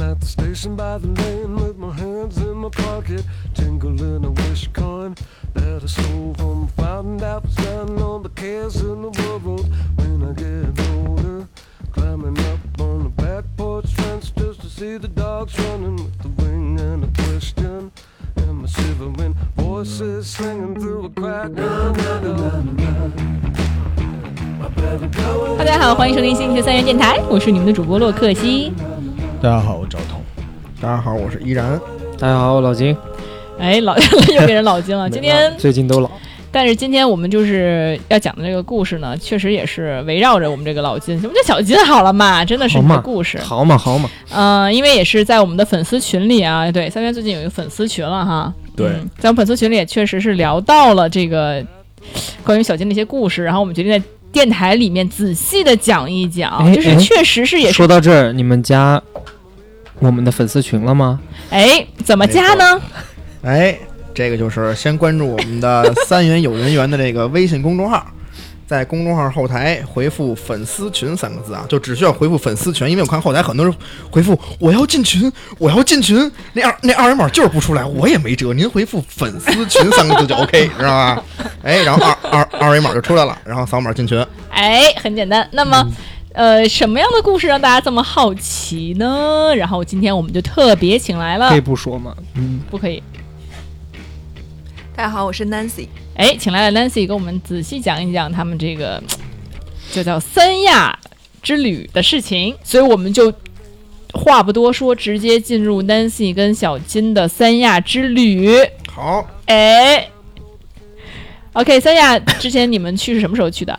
Fishing by the lane with my hands in my pocket, tingling a wish coin that I stole from a fountain that was lying on the cares in the world. When I get older, climbing up on the back porch fence just to see the dogs running with the wing and a question. And my shivering voices singing through a crack. Na, na, na, na, na, na. 大家好，欢迎收听新一期的三元电台，我是你们的主播洛克西。大家好，我赵彤。大家好，我是依然。大家好，我老金。哎，老 又给人老金了。今天，最近都老，但是今天我们就是要讲的这个故事呢，确实也是围绕着我们这个老金，我们叫小金好了嘛，真的是好你嘛的故事。好嘛好嘛，嗯、因为也是在我们的粉丝群里啊，对，三元最近有一个粉丝群了哈。对嗯在我们粉丝群里也确实是聊到了这个关于小金的一些故事，然后我们决定在电台里面仔细的讲一讲，哎就是哎确实是也是说到这儿，你们加我们的粉丝群了吗？哎，怎么加呢？哎，这个就是先关注我们的三元有人缘的这个微信公众号， 在公众号后台回复“粉丝群”三个字啊，就只需要回复“粉丝群”，因为我看后台很多人回复“我要进群，我要进群”，那二那二维码就是不出来，我也没辙。您回复“粉丝群”三个字就 OK，知道吧？哎，然后二二二维码就出来了，然后扫码进群。哎，很简单。那嗯么，呃，什么样的故事让大家这么好奇呢？然后今天我们就特别请来了可以，不说吗？嗯，不可以？大家好，我是 Nancy。哎，请来了 Nancy 给我们仔细讲一讲他们这个就叫三亚之旅的事情。所以我们就话不多说，直接进入 Nancy 跟小金的三亚之旅。好，哎，OK，三亚之前你们去是什么时候去的？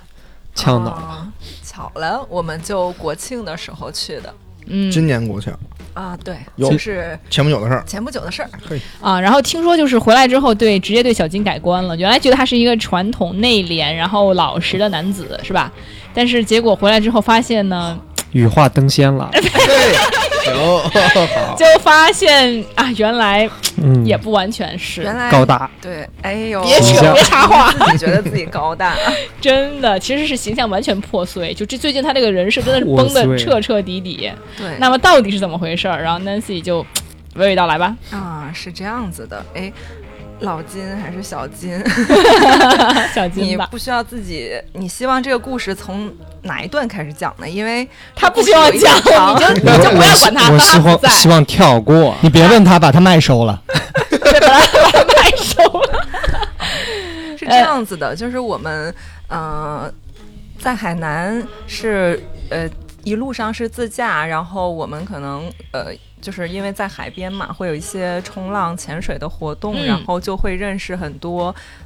呛哦到了。啊巧了，我们就国庆的时候去的嗯，今年过去了，啊，对，哟就是前不久的事儿。前不久的事儿。啊，然后听说就是回来之后对直接对小金改观了，原来觉得他是一个传统内敛然后老实的男子，是吧？但是结果回来之后发现呢，羽化登仙了，哎对，行，好。就发现啊，原来嗯，也不完全是。原来高大，对，哎呦，别形扯，象别插话，觉得自己高 大，真的，其实是形象完全破碎。就这最近他这个人设真的是破崩的碎彻彻底底。 对，那么到底是怎么回事儿？然后 Nancy 就娓娓道来吧。啊是这样子的，哎。老金还是小金，小 金你吧，不需要自己，你希望这个故事从哪一段开始讲呢？因为他不故事需要有一点讲，长你就你 我就不要管他，我希他不望在，希望跳过。你别问他，把他麦收了。 太熟了。是呃这样子的，就是我们呃，在海南是呃一路上是自驾，然后我们可能呃。就是因为在海边嘛，会有一些冲浪、潜水的活动，嗯然后就会认识很多、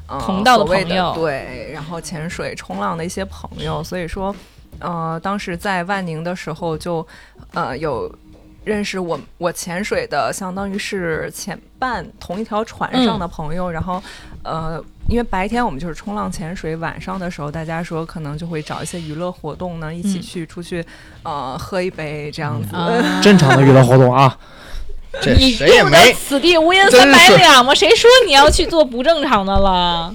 呃、同道的所谓朋友对，然后潜水、冲浪的一些朋友。所以说，呃，当时在万宁的时候就，呃，有认识我我潜水的，相当于是潜伴同一条船嗯上的朋友，然后呃，因为白天我们就是冲浪、潜水，晚上的时候大家说可能就会找一些娱乐活动呢，一起嗯去出去、呃喝一杯这样子。 啊 正常的娱乐活动啊， 这你谁也用得没此地无银三百两吗？谁说你要去做不正常的 了？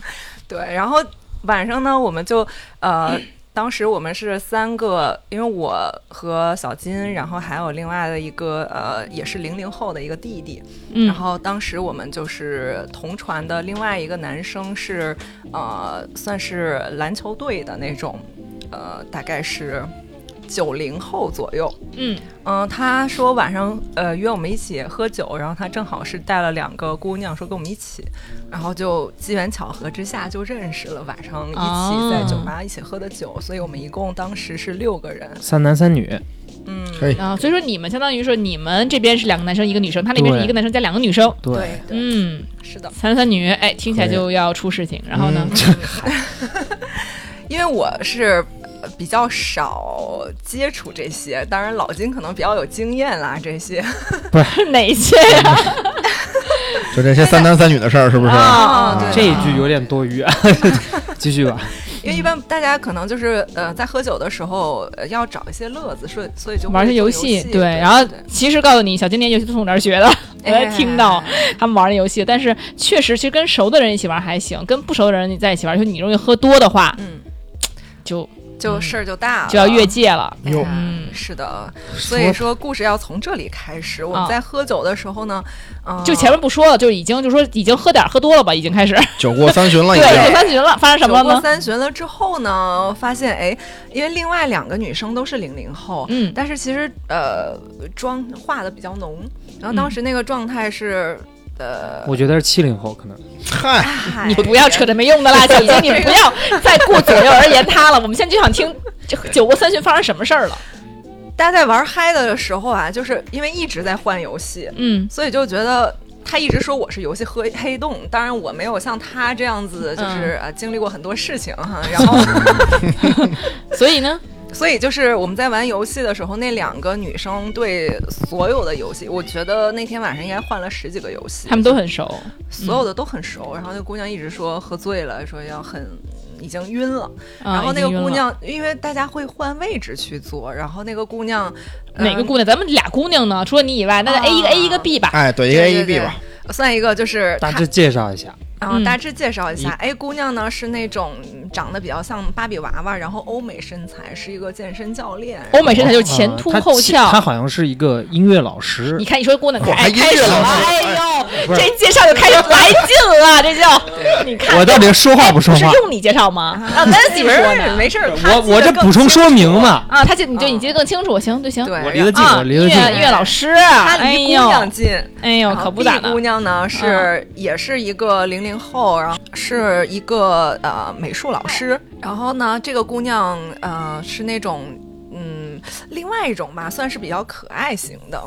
对，然后晚上呢，我们就呃。 当时我们是三个，因为我和小金，然后还有另外的一个呃，也是零零后的一个弟弟，嗯然，后当时我们就是同船的另外一个男生是，呃，算是篮球队的那种，呃，大概是九零后左右。嗯嗯、他说晚上呃约我们一起喝酒，然后他正好是带了两个姑娘，说跟我们一起，然后就机缘巧合之下就认识了，晚上一起在酒吧一起喝的酒，所以我们一共当时是六个人。三男三女，嗯，嘿啊，所以说你们相当于说你们这边是两个男生一个女生，他那边是对一个男生加两个女生。对，对，对嗯，是的。三男三女，哎，听起来就要出事情。然后呢？因为我是呃比较少接触这些，当然老金可能比较有经验啦，这些 哪 些就这些三男三女的事儿，是不是？啊？嗯对这一句有点多 余，啊继续吧。因为一般大家可能就是呃在喝酒的时候、呃要找一些乐子，所以所以就会玩些做游游戏，对，然后其实告诉你，小金那游戏是从我这儿学的，我哎在听到他们玩的游戏，但是确实，其实跟熟的人一起玩还行，跟不熟的人你在一起玩，就你容易喝多的话，嗯，就就事儿就大了，就要越界了。哎呀哟嗯，是的，所以说故事要从这里开始。我啊们在喝酒的时候呢，嗯，就前面不说了，就已经就说已经喝点儿喝多了吧，已经开始酒过三巡了，已对经酒三巡了，发生什么了酒过呢？三巡了之后呢，发现哎，因为另外两个女生都是零零后，嗯但是其实呃妆化的比较浓，然后当时那个状态是。呃，我觉得是七零后可能。嗨，嗨 你不要扯这没用 的啦，小姐，你不要再顾左右而言他了。我们现在就想听这酒过三巡发生什么事儿了。大家在玩嗨的时候啊，就是因为一直在换游戏，嗯，所以就觉得他一直说我是游戏黑黑洞。当然，我没有像他这样子，就是、嗯呃经历过很多事情哈。然后， 嗯所以呢，所以就是我们在玩游戏的时候，那两个女生对所有的游戏，我觉得那天晚上应该换了十几个游戏他，们都很熟。所有的都很嗯熟。然后那姑娘一直说喝醉了，说要很已经晕了。啊然后那个已经晕了姑娘，因为大家会换位置去坐，然后那个姑娘、呃哪个姑娘？咱们俩姑娘呢？除了你以外，那就啊 A 一个 A 一个 B 吧。哎，对一个对 A 一对 B 对吧，算一个就是大她致嗯介绍一下，然后嗯大致介绍一下、a 姑娘呢是那种长得比较像芭比娃娃，然后欧美身材，是一个健身教练。欧美身材就是前凸呃他后其翘。他好像是一个音乐老师你，看，你说姑娘，哇哎，音乐开始了，老师哎呦，不是这介绍就开始来劲了，这就你看，我到底说话不说是话？用你介绍吗？啊让 Nancy 说呢？没事儿，她我记得我这更补充清说明楚。嘛，啊，他就你就你记得更清楚，行就行。对，我离得近，啊，我离音得近，乐音乐老师，她哎离姑呦，娘近，哎呦，然后可不咋嗯 B 的姑。娘呢是也是一个零零后，然后是一个呃美术老师。然后呢，这个姑娘呃是那种嗯另外一种吧，算是比较可爱型的。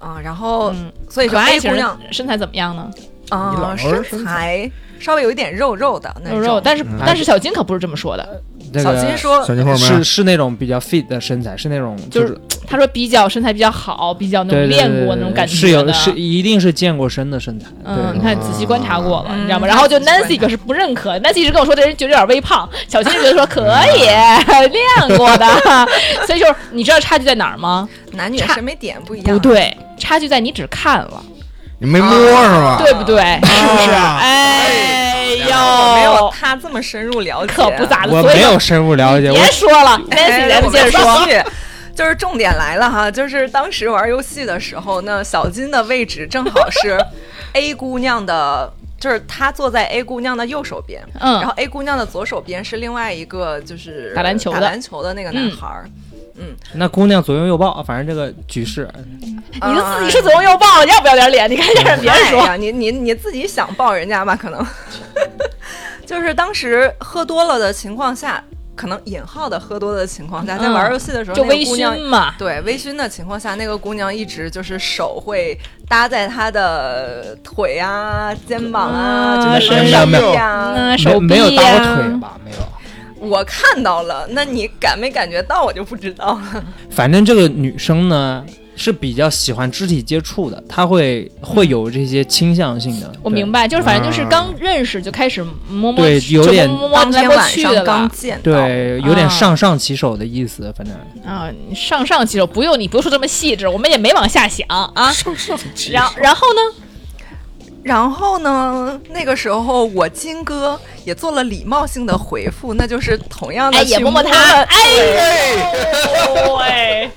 啊、然后、嗯所以可说爱 A 型姑娘身材怎么样呢？你老啊、儿身身材稍微有一点肉肉的那肉种。肉，但是嗯但是小金可不是这么说的，那小金个说小金后是面是那种比较 fit 的身材，是那种就是是他说比较身材比较好，比较那种对对练对过对那种对感觉是有的是一定是健过身的身材，嗯，对你看仔细观察过了，嗯你知道吗？然后就仔细观察 Nancy 可是不认可，Nancy 一直跟我说这人觉得有点微胖，小新就觉得说可嗯以练过的， 所以就是你知道差距在哪儿吗？男女差审美点不一样，不对，差距在你只看了，你没摸是吧？对不对？是不是？ 啊哎我没有呦，他这么深入了解，可不咋的，我所以没有深入了解，我别说了，Nancy 哎咱们接着哎说，说。 就是重点来了哈，就是当时玩游戏的时候，那小金的位置正好 是 A 姑娘的，就是她坐在 A 姑娘的右手边，然嗯后 A 姑娘的左手边是另外一个就是打篮球的嗯打篮球的那个男孩儿。那姑娘左拥右抱，反正这个局势，啊你就自己说左拥右抱了，要不要点脸？你看这人别人哎说，呀，你你你自己想抱人家吧，可能 就是当时喝多了的情况下，可能引号的喝多的情况下，在玩游戏的时嗯候，就哎那个微姑娘醺嘛，对微醺的情况下，那个姑娘一直就是手会搭在她的腿啊、肩膀啊，啊就是是上没臂有啊。那嗯手臂没没有搭呀过腿吧？没有，我看到了，那你感没感觉到？我就不知道了。反正这个女生呢是比较喜欢肢体接触的，她会会有这些倾向性的。我对明白，就是反正就是啊刚认识就开始摸摸，对有就点摸摸摸当来天摸晚去上的刚了见到，对，有啊点上上其手的意思，反正啊！你上上其手不用你不用说这么细致，我们也没往下想啊。上上级然然后呢？然后呢，那个时候我金哥也做了礼貌性的回复，那就是同样的哎，也去摸摸他，了哎呦喂，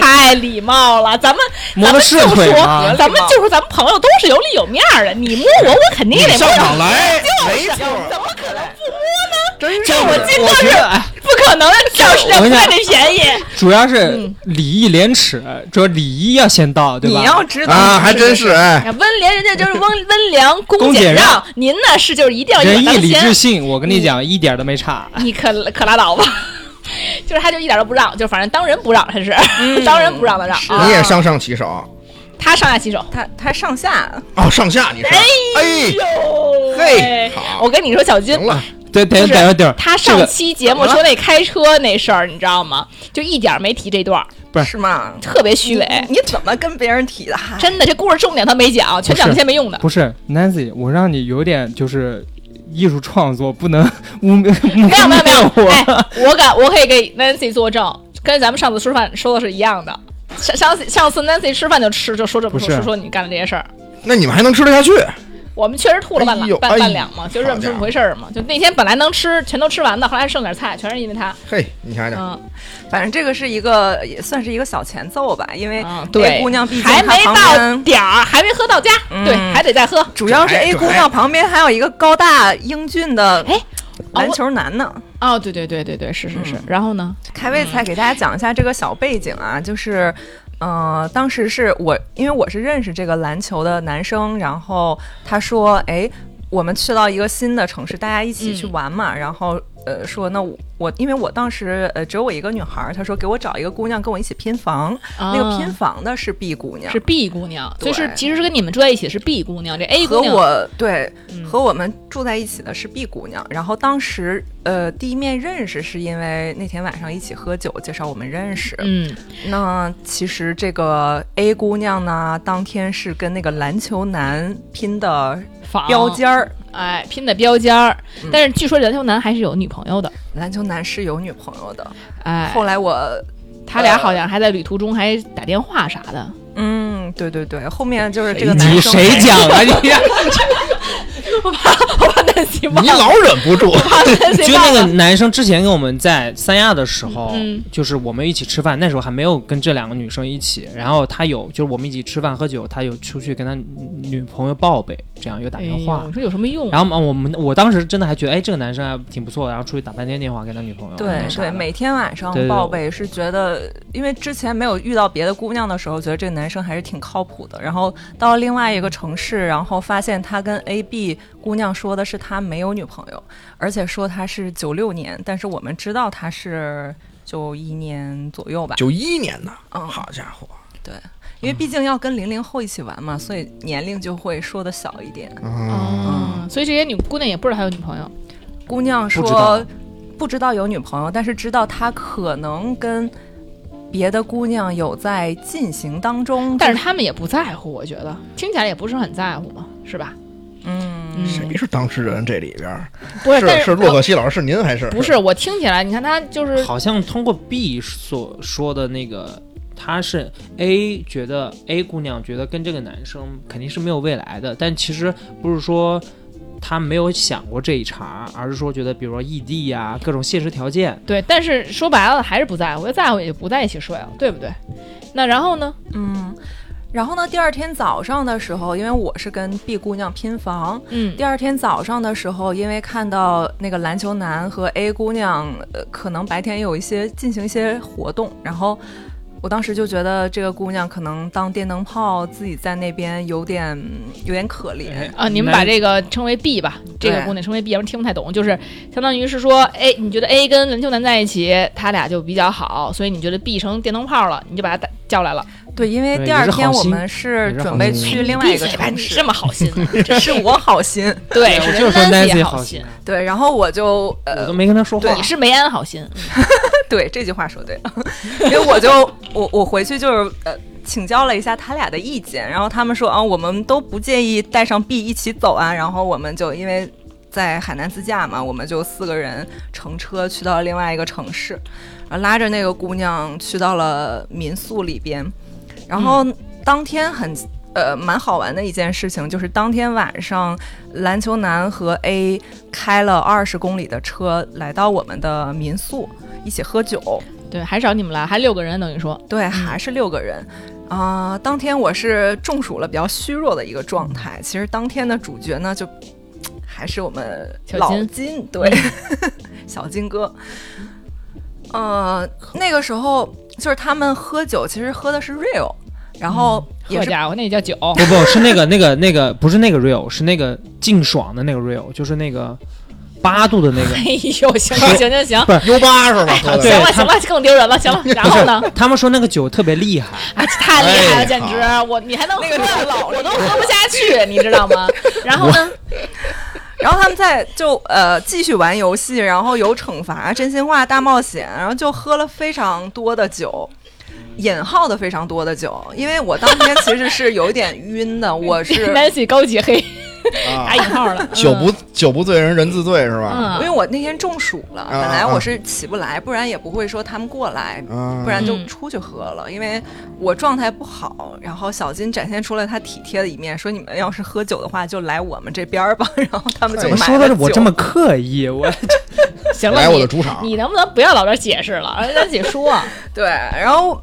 太礼貌了，咱们摸咱的们是就腿说吗，咱们就说咱们朋友都是有里有面儿的，你摸我，我肯定也得摸上你，场嗯来，没怎错，么可能不摸呢？真是这我金哥我觉是得哎，不可能的，要是要不占这便宜，主要是嗯礼义廉耻，主要礼仪要先到，对吧？你要知道啊，还真是哎，啊温良人家就是温温良恭恭俭让让，您呢是就是一定 要一仁马义当礼智先，信，我跟嗯你讲，一点都没差。你可可拉倒吧。就是他就一点都不让，就反正当仁不让，他是、当仁不让的让是啊你，也上上其手他上下其手。他他上下哦，上下你是哎，哟嘿喂，好我跟你说，小金行，了，对，等就是等会儿等会儿，他这上个啊期节目说那开车那事儿，你知道吗？就一点儿没提这段儿，不是是吗？特别虚伪。你怎么跟别人提的？嗨真的，这故事重点他没讲，全讲那些没用的。不是 Nancy，我让你有点就是艺术创作，不能污蔑污没有没有没有蔑， 我。哎，我敢，我可以给 Nancy 作证，跟咱们上次吃饭说的是一样的。上上次上次 Nancy 吃饭就吃就说这么不说是说说你干的这些事儿，那你们还能吃得下去？我们确实吐了半两、哎呦半哎呦半两嘛，就这么这么回事儿嘛。就那天本来能吃，全都吃完的，后来剩点菜，全是因为他。嘿，你瞧瞧，嗯，反正这个是一个也算是一个小前奏吧，因为啊 A 对哎姑娘毕竟还她没旁到边，点儿，还没喝到家，嗯对，还得再喝。主要是这还 A 这姑还娘旁边还有一个高大英俊的哎篮球男呢。哦，对对对对对，是是是。嗯然后呢？开胃菜给大家讲一下这个小背景啊，就是。呃，当时是我，因为我是认识这个篮球的男生，然后他说，哎，我们去到一个新的城市，大家一起去玩嘛。然后，呃，说那我我，因为我当时呃只有我一个女孩儿，他说给我找一个姑娘跟我一起拼房，那个啊拼房的是 B 姑娘，是 B 姑娘，对就是其实是跟你们住在一起是 B 姑娘，这 A 和姑娘我对、嗯和我们住在一起的是 B 姑娘，然后当时呃第一面认识是因为那天晚上一起喝酒介绍我们认识，嗯，那其实这个 A 姑娘呢，当天是跟那个篮球男拼的房标间儿，嗯哎，拼的标间儿。但是据说篮球男还是有女朋友的，篮球男是有女朋友的。哎，后来我，他俩好像还在旅途中还打电话啥的。 嗯，对对对，后面就是这个男你生谁讲啊你？ 我把南希忘你了，老忍 不住，南希就那忘个了。男生之前跟我们在三亚的时候，嗯就是我们一起吃饭，那时候还没有跟这两个女生一起，然后他有就是我们一起吃饭喝酒，他有出去跟他女朋友报备，这样又打哎电呦话。我说有什么用？啊然后我们我当时真的还觉得，哎，这个男生还挺不错的，然后出去打半天电话跟他女朋友。啊对那啥对，的每天晚上嗯对对对报备是觉得，因为之前没有遇到别的姑娘的时候，觉得这个男生还是挺靠谱的。然后到了另外一个城市，然后发现他跟 A、B 姑娘说的是他没有女朋友，而且说他是九六年，但是我们知道他是九一年左右吧，九一年的，嗯好家伙，因为毕竟要跟零零后一起玩嘛，所以年龄就会说的小一点。嗯哦，所以这些女姑娘也不知道他有女朋友。嗯姑娘说不知道不知道有女朋友，但是知道她可能跟别的姑娘有在进行当中，但就是他们也不在乎，我觉得听起来也不是很在乎嘛，是吧？嗯，嗯谁是当事人？这里边儿不是，但是洛我可西老师，是您还是不是我听起来，你看他就是好像通过 B 所说的那个，他是 A 觉得 A 姑娘觉得跟这个男生肯定是没有未来的，但其实不是说他没有想过这一茬，而是说觉得比如说异地呀、各种现实条件，对，但是说白了还是不在乎，要在乎也就不在一起睡了，对不对？那然后呢？嗯，然后呢，第二天早上的时候，因为我是跟 B 姑娘拼房，嗯第二天早上的时候，因为看到那个篮球男和 A 姑娘，呃，可能白天有一些进行一些活动，然后我当时就觉得这个姑娘可能当电灯泡，自己在那边有点嗯有点可怜，啊，你们男把这个称为 B 吧，这个对姑娘称为 B，要不然听不太懂。就是相当于是说，A 你觉得 A 跟篮球男在一起，他俩就比较好，所以你觉得 B 成电灯泡了，你就把他带叫来了。对，因为对第二也是天好我心们是也是准好备心去另外一个闭嘴吧城你市这，么好心，啊这 是我好心。对，我是就说 Nancy Nancy 好心，对，然后我就我都呃，没跟他说话对，。你是梅安好心，对这句话说对了，因为我就我我回去就是呃请教了一下他俩的意见，然后他们说啊，我们都不建议带上 B 一起走啊，然后我们就因为。在海南自驾嘛，我们就四个人乘车去到另外一个城市，然后拉着那个姑娘去到了民宿里边，然后当天很呃蛮好玩的一件事情，就是当天晚上篮球男和 A 开了二十公里的车来到我们的民宿，一起喝酒。对，还找你们来，还六个人等于说，对，还是六个人。啊、当天我是中暑了，比较虚弱的一个状态。其实当天的主角呢，就还是我们嗯小老金嗯金，对， 小金哥。呃，那个时候就是他们喝酒，其实喝的是 real，然后也好是家伙，那也叫酒。 不不是那个那个那个不是那个 real，是那个静爽的那个 real，就是那个八度的那个。哎呦，行行行行行，优八是吧？喝的行了对行了，更丢人了，行了。然后呢？他们说那个酒特别厉害，啊，太厉害哎了，简直！我你还能那个喝老，我都喝不下去，你知道吗？ 然后呢？然后他们再就呃继续玩游戏，然后有惩罚、真心话大冒险，然后就喝了非常多的酒，引号的非常多的酒，因为我当天其实是有一点晕的，我是 ，Nancy 高级黑，啊打，引号 了。酒不酒不醉人人自醉是吧？因为嗯，我那天中暑了，本啊来啊我是起不来，不然也不会说他们过来，啊，不然就嗯出去喝了。因为我状态不好，然后小金展现出了他体贴的一面，说你们要是喝酒的话，就来我们这边儿吧。然后他们就哎买了酒。说的是我这么刻意，我嗯行了，来我你的主场你能不能不要老这哎解释了，让咱姐说。啊对，然后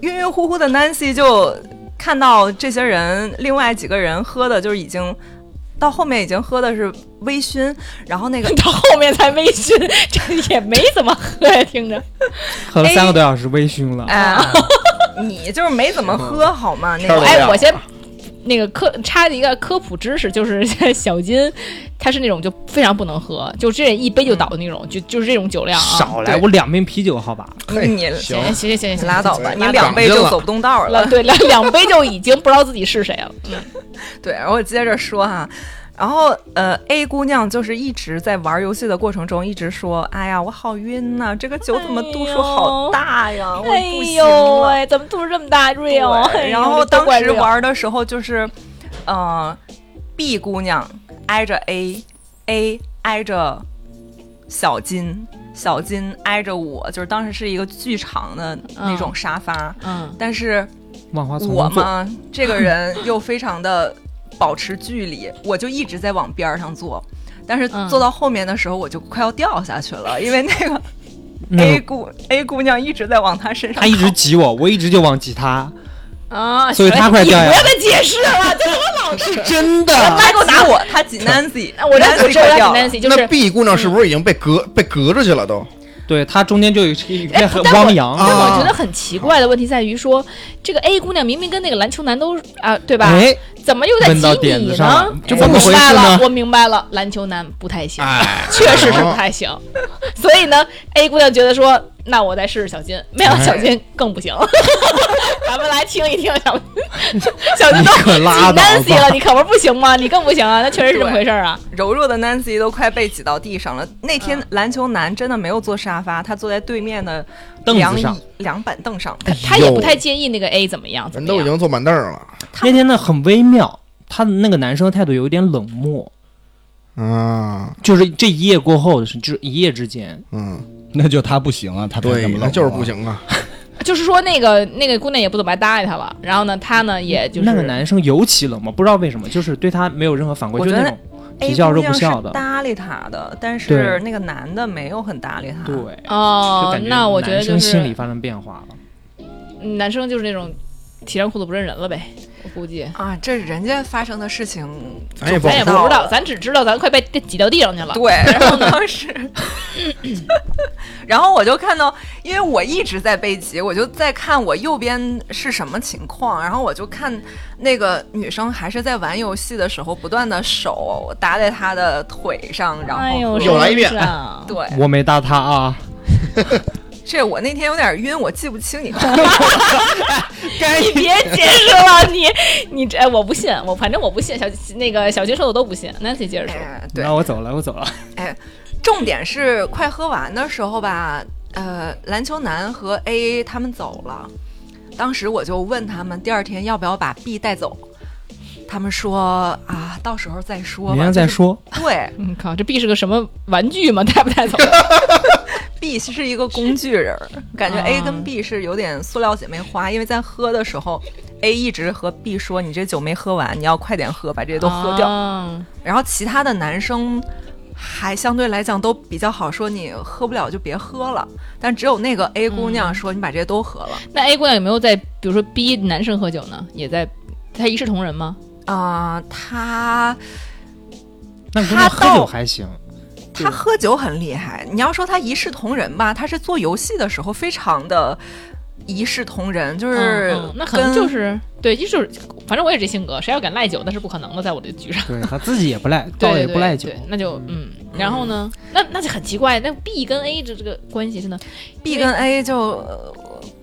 晕晕乎乎的 Nancy 就看到这些人，另外几个人喝的就是已经到后面已经喝的是微醺，然后 那个 到后面才微醺，这也没怎么喝呀，听着。喝了三个多小时，微醺了。哎，你就是没怎么喝好吗？那天儿都个哎，亮我了先那个科插一个科普知识，就是 小金，他是那种就非常不能喝，就这一杯就倒的那种，就就是这种酒量啊。少来，我两瓶啤酒好吧？嘿你行行，行行行行，拉倒吧，行你两杯长进就了走不动道儿了了。对两两杯就已经不知道自己是谁了。对，然后接着说哈、然后，呃，A 姑娘就是一直在玩游戏的过程中，一直说：“哎呀，我好晕呐、这个酒怎么度数好大呀？我哎不行呦了。喂，怎么度数这么大对，Rio？哎呦然后这都当怪时 Rio 玩的时候就是，呃，B 姑娘挨着 A，A 挨着小金，小金挨着我，就是当时是一个巨长的那种沙发，嗯，但是万花丛我中坐，嘛，这个人又非常的保持距离，我就一直在往边儿上坐。但是嗯坐到后面的时候，我就快要掉下去了，因为那个那 A 个姑、A 姑娘一直在往他身上靠，嗯他一直挤我，我一直就忘记他，啊，嗯所以行他了快你掉不呀要再解释了，这我老是。真的。他给我打 我，啊他挤 Nancy， 那我这 Nancy 诅咒快要掉给了 Nancy 就那是哎嗯 B 姑娘是不是已经被隔被隔着去了都？对他中间就有一哎个很但我汪洋，但我啊觉得很奇怪的问题在于说，这个 A 姑娘明明跟那个篮球男都啊，对吧？哎，怎么又在问到挤点你子呢？上了这哎怎我么明回白事了呢，我明白了，篮球男不太行，哎，确实是不太行。哦所以呢，A 姑娘觉得说，那我再试试小金，没哎想到小金 更不行。咱们来听一听小金小金都你可拉挤倒 Nancy 吧了，你可不是不行吗？你更不行啊，那确实是这么回事儿啊。柔弱的 Nancy 都快被挤到地上了。那天篮球男真的没有坐沙发，他坐在对面的凳子凉椅上哎凉板凳上。他也呦不太介意那个 A 怎么样，怎人么都已样。经坐满凳儿了。那天呢很微妙，他的那个男生态度有点冷漠，啊，就是这一夜过后的事，就是一夜之间，嗯，那就他不行啊，他对怎么，了？那就是不。行啊。就是说那个那个姑娘也不怎么搭理他了，然后呢，他呢也就是那个男生尤其冷漠，不知道为什么，就是对他没有任何反馈，我就觉得那种 A 皮哎姑笑肉娘不是笑的。搭理他的，但是对那个男的没有很搭理他。对，就哦感，觉那我觉得男就生心理是发生变化了。嗯男生就是那种提上裤子不认人了呗，我估计。啊，这人家发生的事情，咱哎也不啊咱也不知知道道，咱只知道咱快被挤到地上去了。 对，然后当时，然后我就看到，因为我一直在被挤，我就在看我右边是什么情况，然后我就看那个女生还是在玩游戏的时候，不断的手搭在她的腿上，啊然后哎呦，喝又来一遍是啊对，哎我没搭他啊，这我那天有点晕，我记不清 你看你别解释了，你你这哎我不信，我反正我不信。小那个小金说的我都不信，Nancy 接着说，哎对那，我走了，我走了。重点是快喝完的时候吧，呃，篮球男和 A 他们走了，当时我就问他们第二天要不要把 B 带走，他们说啊，到时候再说明吧。天再就是说，对嗯靠，这 B 是个什么玩具吗？ 带不带走？ ，B 是一个工具人儿，感觉啊 A 跟 B 是有点塑料姐妹花，因为在喝的时候，A 一直和 B 说：“你这酒没喝完，你要快点喝，把这些都喝掉。啊然后其他的男生还相对来讲都比较好，说你喝不了就别喝了。但只有那个 A 嗯姑娘说你把这些都喝了那 A 姑娘有没有在比如说逼男生喝酒呢？也在，她一视同仁吗？啊、她那姑他娘喝到酒还 行，她喝酒很厉害，你要说她一视同仁吧，她是做游戏的时候非常的一视同仁，就是嗯嗯、那可能就跟是对，就是反正我也这性格，谁要敢赖酒，那是不可能的，在我这局上，对他自己也不赖， 对倒也对不赖酒对，那就嗯，然后呢，那那就很奇怪，那 B 跟 A 这这个关系真的 B 跟 A 就呃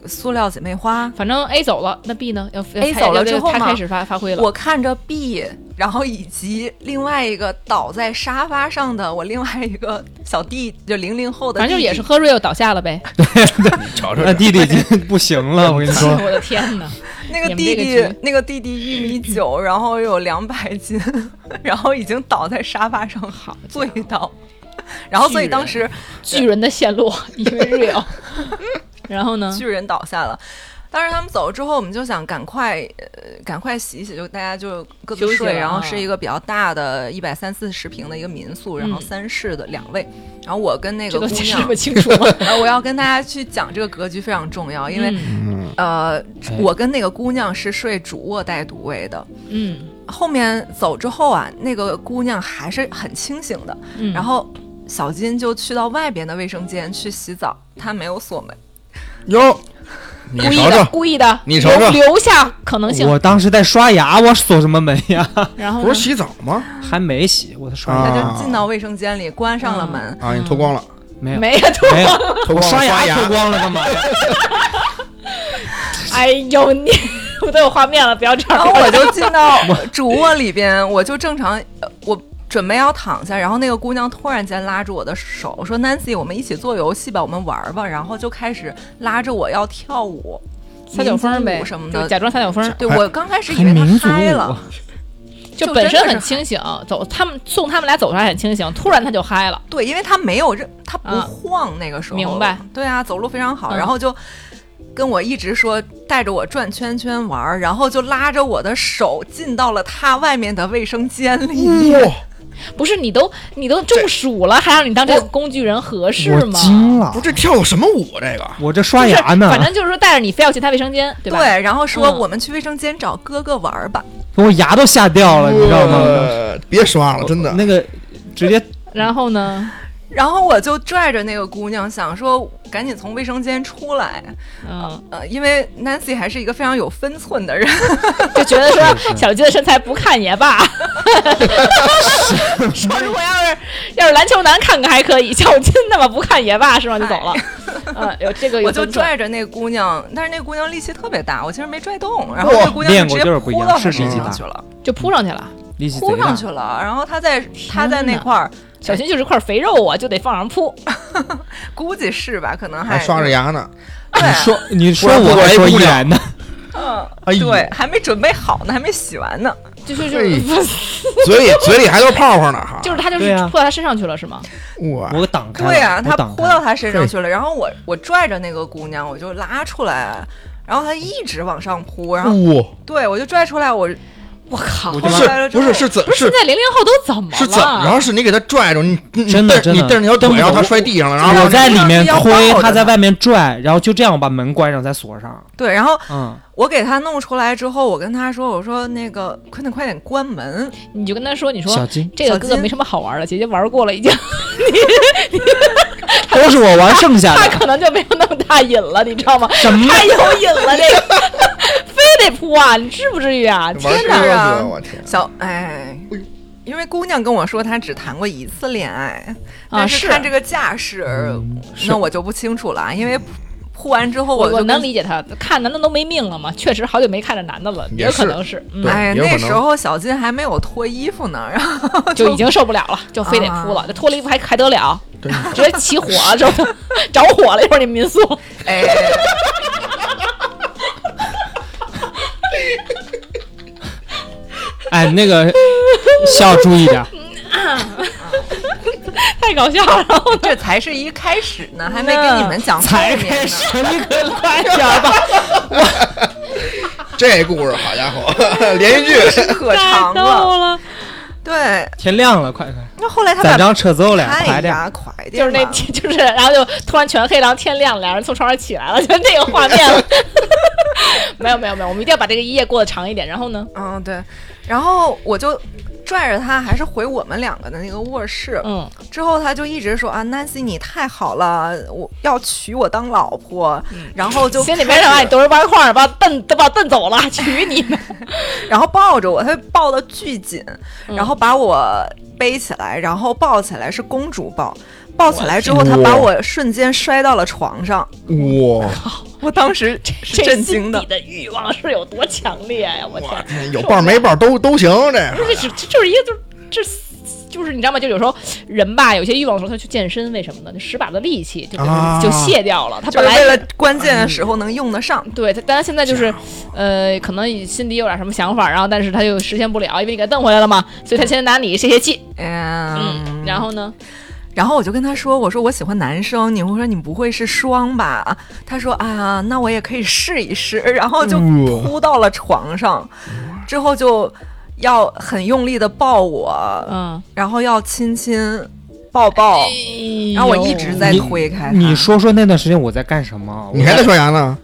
塑料姐妹花。反正 A 走了，那 B 呢？要要 A 开走了要这个之后他嘛开始发发挥了。我看着 B，然后以及另外一个倒在沙发上的我另外一个小弟，就零零后的弟反弟，正就也是喝瑞又倒下了 呗。瞧瞧那弟弟已 经不行了，我跟你说， 我的天 哪！那个你弟们这弟，个局那个弟弟一米九，然后有两百斤， 然后已经倒在沙发上好家醉倒，然后所以当时巨人的陷落，因为瑞 欧。然后呢？巨人倒下了。当时他们走了之后，我们就想赶快，呃，赶快洗一洗，就大家就各自休息睡。了然后啊是一个比较大的，一百三四十平的一个民宿，然后嗯三室的两卫。然后我跟那这个都姑解释娘不，清楚吗？呃我要跟大家去讲这个格局非常重 要，因为、嗯呃哎，我跟那个姑娘是睡主卧带独卫的，嗯后面走之后啊，那个姑娘还是很清醒的。嗯，然后小金就去到外边的卫生间去洗澡，她没有锁门。哟，你嗯故意瞅的，瞅，故意的，你瞅瞅留留下可能性。我当时在刷牙，我锁什么门呀？ 然后呢不是洗澡吗？还没洗，我的刷牙她啊就进到卫生间里，关上了门。啊，你脱光了，没有。没有 脱。没有， 我脱光了刷刷牙脱牙，光了干 嘛呀？哎呦你，我都有画面了，不要这然样后。我就进到 主卧里边，我就正常，呃我准备要躺下，然后那个姑娘突然间拉住我的手，说：“Nancy，我们一起做游戏吧，我们玩儿吧。”然后就开始拉着我要跳舞，撒酒疯儿民族呗舞什么，就的。假装撒酒疯儿，对还我刚开始以还为她民族嗨舞了，就就本身真的很是清醒，走他们送他们俩走出来很清醒，突然他就嗨了，对，因为他没有任，他不啊晃那个时候，明白？对啊，走路非常好，嗯然后就跟我一直说带着我转圈圈玩儿，然后就拉着我的手进到了他外面的卫生间嗯里。嗯不是你都你都中暑了，还让你当这个工具人合适我吗？惊了不，是这跳的什么舞？啊这个我这刷就是牙呢，反正就是说带着你非要去他卫生间， 对吧？对，然后说嗯我们去卫生间找哥哥玩儿吧。我牙都吓掉哦了，你知道吗？呃别刷了，真的。那个直接然后呢？然后我就拽着那个姑娘，想说赶紧从卫生间出来。嗯，呃，因为 Nancy 还是一个非常有分寸的人，就觉得说小鸡的身材不看也罢。 说如果要是要是篮球男看看还可以，小金那么不看也罢，是吗？就走了。 嗯，有这个有哎 我就分寸拽着那个姑娘，但是那个姑娘力气特别大，我其实没拽动。然后那哇个姑娘练就过直就接是不一扑样到是她力身气大上去了。就扑上去了，力气扑贼上大去。了，嗯然后他在他在那块儿，小金就是块肥肉啊，就得放上扑。估计是吧？可能还刷着牙，牙呢，你对，说你说不然我不还来说姑依娘然呢，嗯，哎呦对，还没准备好呢，还没洗完呢。就是哎就是，嘴里嘴里还都是泡泡呢，哈就是他就是对啊扑到他身上去了是吗？哇，我挡开了，对啊，他我挡扑开到了，他身上去了，然后我我拽着那个姑娘，我就拉出来，然后她一直往上扑，然后哇，对我就拽出来，我我靠！我不就是出来了之不后是是怎不是是现在零零后都怎么了？是怎么着？是你给他拽住，你你真的你真蹬的你蹬着条腿，蹬不然后走他摔地上了，然然后后我在里面要推抱，着他在呢外面拽，然后就这样把门关上再锁上。对，然后嗯，我给她弄出来之后，我跟她说，我说那个快点快点关门，你就跟他说，你说小金这个哥哥小金没什么好玩的，姐姐玩过了已经， 都是我玩剩下他的，可能就没有那么大瘾了，你知道吗？什么太有瘾了，这个 非得扑啊！你至不至于啊？玩天这哪个，我天，小哎哎呦。因为姑娘跟我说她只谈过一次恋爱，啊但是嗯是看这个架势，那我就不清楚了。因为扑完之后我就我能跟理解他，看男的都没命了嘛，确实好久没看着男的了，也有可是能是，嗯对，哎呀，也有那可能时候小金还没有脱衣服呢，然后就已经受不了了，就非得啊扑了，这脱了衣服还还得了？真直接起火了，就 着火了，一会儿你 民宿。哎，哎，那 个笑注意点，太搞笑了，然 后这才是一开始呢，还没跟你们讲后才面开呢。 始，你可快点吧。这故事好家伙，连续剧，可太长逗了，了，对。天亮了，快快，那后来他咱把张扯走了，哎快点。呀，快就点吧，是那，就是，然后就突然全黑，然后天亮了，俩人从床上起来了，就那个画面了。 没有没有没有，我们一定要把这个一夜过得长一点。然后呢，嗯对。然后我就拽着他，还是回我们两个的那个卧室。嗯，之后他就一直说啊，Nancy 你太好了，我要娶我当老婆。然后就心里开没始什么，你都是挖矿，把我蹬都把我蹬走了，娶你们。然后抱着我，他抱嗯得巨紧，然后把我背起来，然后抱起来是公主抱，抱起来之后，他把我瞬间摔到了床上，哇，我当时 是这震心惊的底。的欲望是有多强烈呀、我天，有伴儿没伴儿都都行，不这是，这这就是一个就是这。就是你知道吗？就有时候人吧，有些欲望的时候，他去健身，为什么呢？就使把子力气就、啊就卸掉了。他就本是嗯来为了关键的时候能用得上，对他，但他现在就是，呃，可能心底有点什么想法，然后但是他又实现不了，因为你给他蹬回来了嘛，所以他先拿你泄泄气，嗯，嗯，然后呢，然后我就跟他说：“我说我喜欢男生，你会说你不会是双吧？”他说：“啊，那我也可以试一试。” 然后就嗯扑到了床上，之后就要很用力的抱我，嗯，然后要亲亲抱抱，哦哎然后我一直在推开他。你说说那段时间我在干什么？你还在刷牙呢？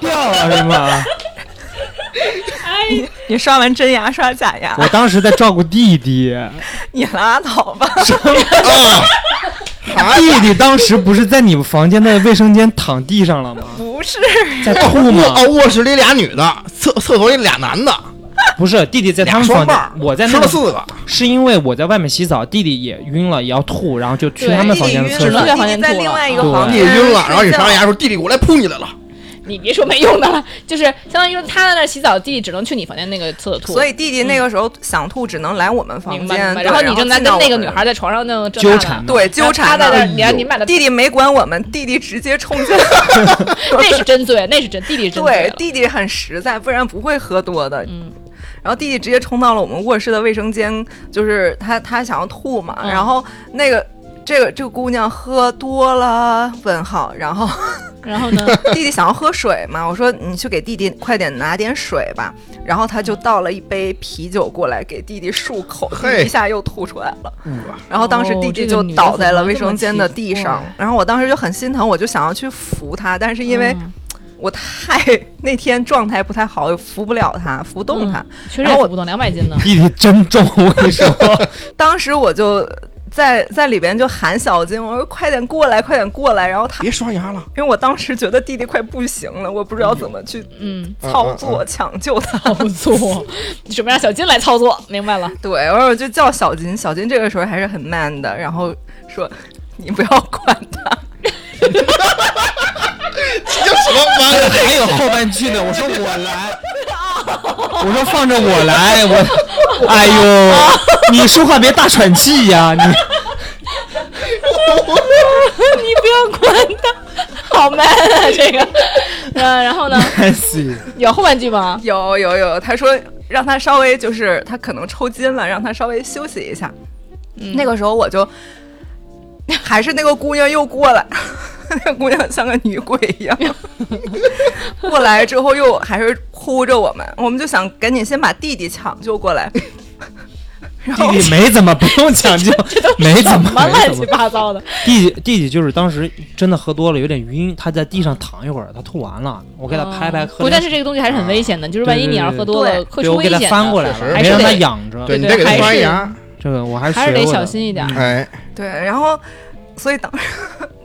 掉了是吗？你刷完真牙刷假牙，我当时在照顾弟弟，你拉倒吧。 啊哎弟弟当时不是在你们房间的卫生间躺地上了吗？不是，在吐卧吗？哦，卧室里俩女的，厕厕所里俩男的，不是，弟弟在他俩们双房伴儿间，，我在吃那了个四个，是因为我在外面洗澡，弟弟也晕了，也要吐，然后就去对他们弟房弟间的晕厕只所能。了，弟弟在另外一个对房弟间弟晕了，然后你睡刷觉完牙说弟弟我来扑你来了，你别说没用的了，就是相当于说他在那儿洗澡，弟弟只能去你房间那个厕所吐， 所以弟弟那个时候想吐，只能来我们房明白间明白。对。然后你正在进到跟那个我女们孩在床上那个纠缠呢对纠缠他在那呢儿，你让你们俩弟弟没管我们，弟弟直接冲进来。那是真醉，那是真弟弟 真醉对了，弟弟很实在，不然不会喝多的。嗯然后弟弟直接冲到了我们卧室的卫生间，就是他他想要吐嘛，嗯然后那个。这个这个姑娘喝多了？问号。然后然后呢，弟弟想要喝水嘛，我说你去给弟弟快点拿点水吧。然后他就倒了一杯啤酒过来给弟弟漱口，嘿一下又吐出来了。然后当时弟弟哦就倒在了卫生间的地哦这个女的上，怎么这么奇怪然后我当时就很心疼，我就想要去扶他，但是 因为嗯我太那天状态不太好，扶不了他，扶动他。嗯确实然后也我不动两百斤呢，弟弟真重，我跟你说，当时我就在在里边就喊小金，我说快点过来，快点过来。然后他，别刷牙 了，因为我当时觉得弟弟快不行了，我不知道怎么去嗯，操作抢救他。操作，你准备让小金来操作，明白 了，对，然后我就叫小金，小金这个时候还是很 man 的，然后说你不要管他。这叫什么玩意儿？ 还有后半句呢。我说我来，我说放着我来， 我，哎呦，你说话别大喘气呀、你你不要管他， 好 man 啊这个，嗯，然后呢，开 始有后半句 吗？有有有，他说让他稍微就是他可能抽筋了，让他稍微休息一下。那个时候我就还是那个姑娘又过来，那个姑娘像个女鬼一样过来之后又还是扑着我们，我们就想赶紧先把弟弟抢救过来。然后弟弟没怎么，不用抢 救，没怎么，什么没乱怎七么。八糟的？弟弟弟弟就是当时真的喝多了，有点晕，他在地上躺一会儿，他吐完了，我给他拍拍，喝嗯不，但点是这个东西还是很危险的，就是万一你要是喝多对了，会对出我危给他险翻过的。来确实了，还让还他是得养着。对对你得给他还刷是牙，这个我还是还是得学过的嗯小心一点儿哎，对，然后所以当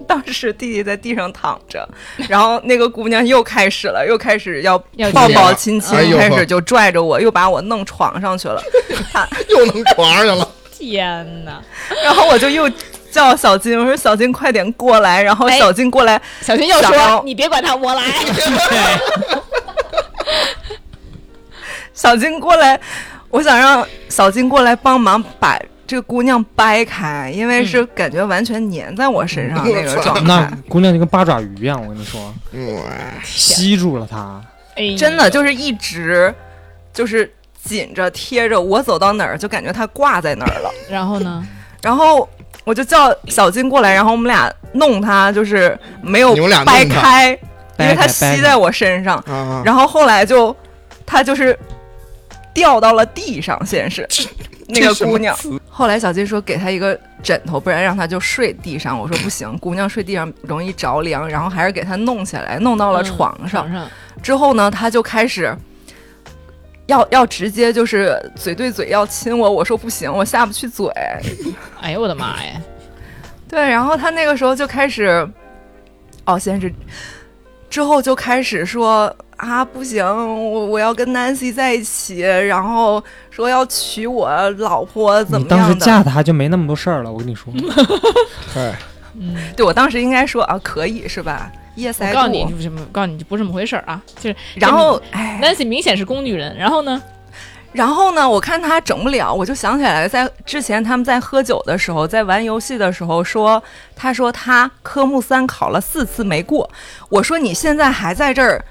当时 弟弟在地上躺着，然后那个姑娘又开始了，又开始要要抱亲抱亲亲，哎呦开呵始就拽着我，又把我弄床上去了， 又能床上去了，天哪，然后我就又叫小金，我说小金快点过来，然后哎小金过来，小金又小说猫你别管他，我 来。小金过来，我想让小金过来帮忙把。这个姑娘掰开，因为是感觉完全粘在我身上嗯那个 状那态，姑娘就跟八爪鱼一样，我跟你说，嗯，吸住了他。哎呀真的就是一直就是紧着贴着我，走到哪儿就感觉它挂在那儿了。然后呢？然后我就叫小金过来，然后我们俩弄他，就是没有你们俩掰弄他开，因为掰开它吸在我身上。啊，然后后来就他就是掉到了地上，先是 那个姑娘。后来小金说给他一个枕头，不然让他就睡地上。我说不行，姑娘睡地上容易着凉，然后还是给他弄起来，弄到了嗯床上床。上，之后呢，他就开始要要直接就是嘴对嘴要亲我，我说不行，我下不去嘴。哎呦我的妈呀！对，然后他那个时候就开始，哦，先是之后就开始说啊，不行，我我要跟 Nancy 在一起，然后说要娶我老婆，怎你么当时样嫁的？嗯他就没那么多事儿了，我跟你说。 哎，对我当时应该说啊，可以是吧？Yes，嗯我 I 告诉你 do 不是什么，告诉你就不是这么回事儿啊，就是然后哎， Nancy 明显是工具人，然后呢，然后呢，我看他整不了，我就想起来，在之前他们在喝酒的时候，在玩游戏的时候说，他说他科目三考了四次没过，我说你现在还在这儿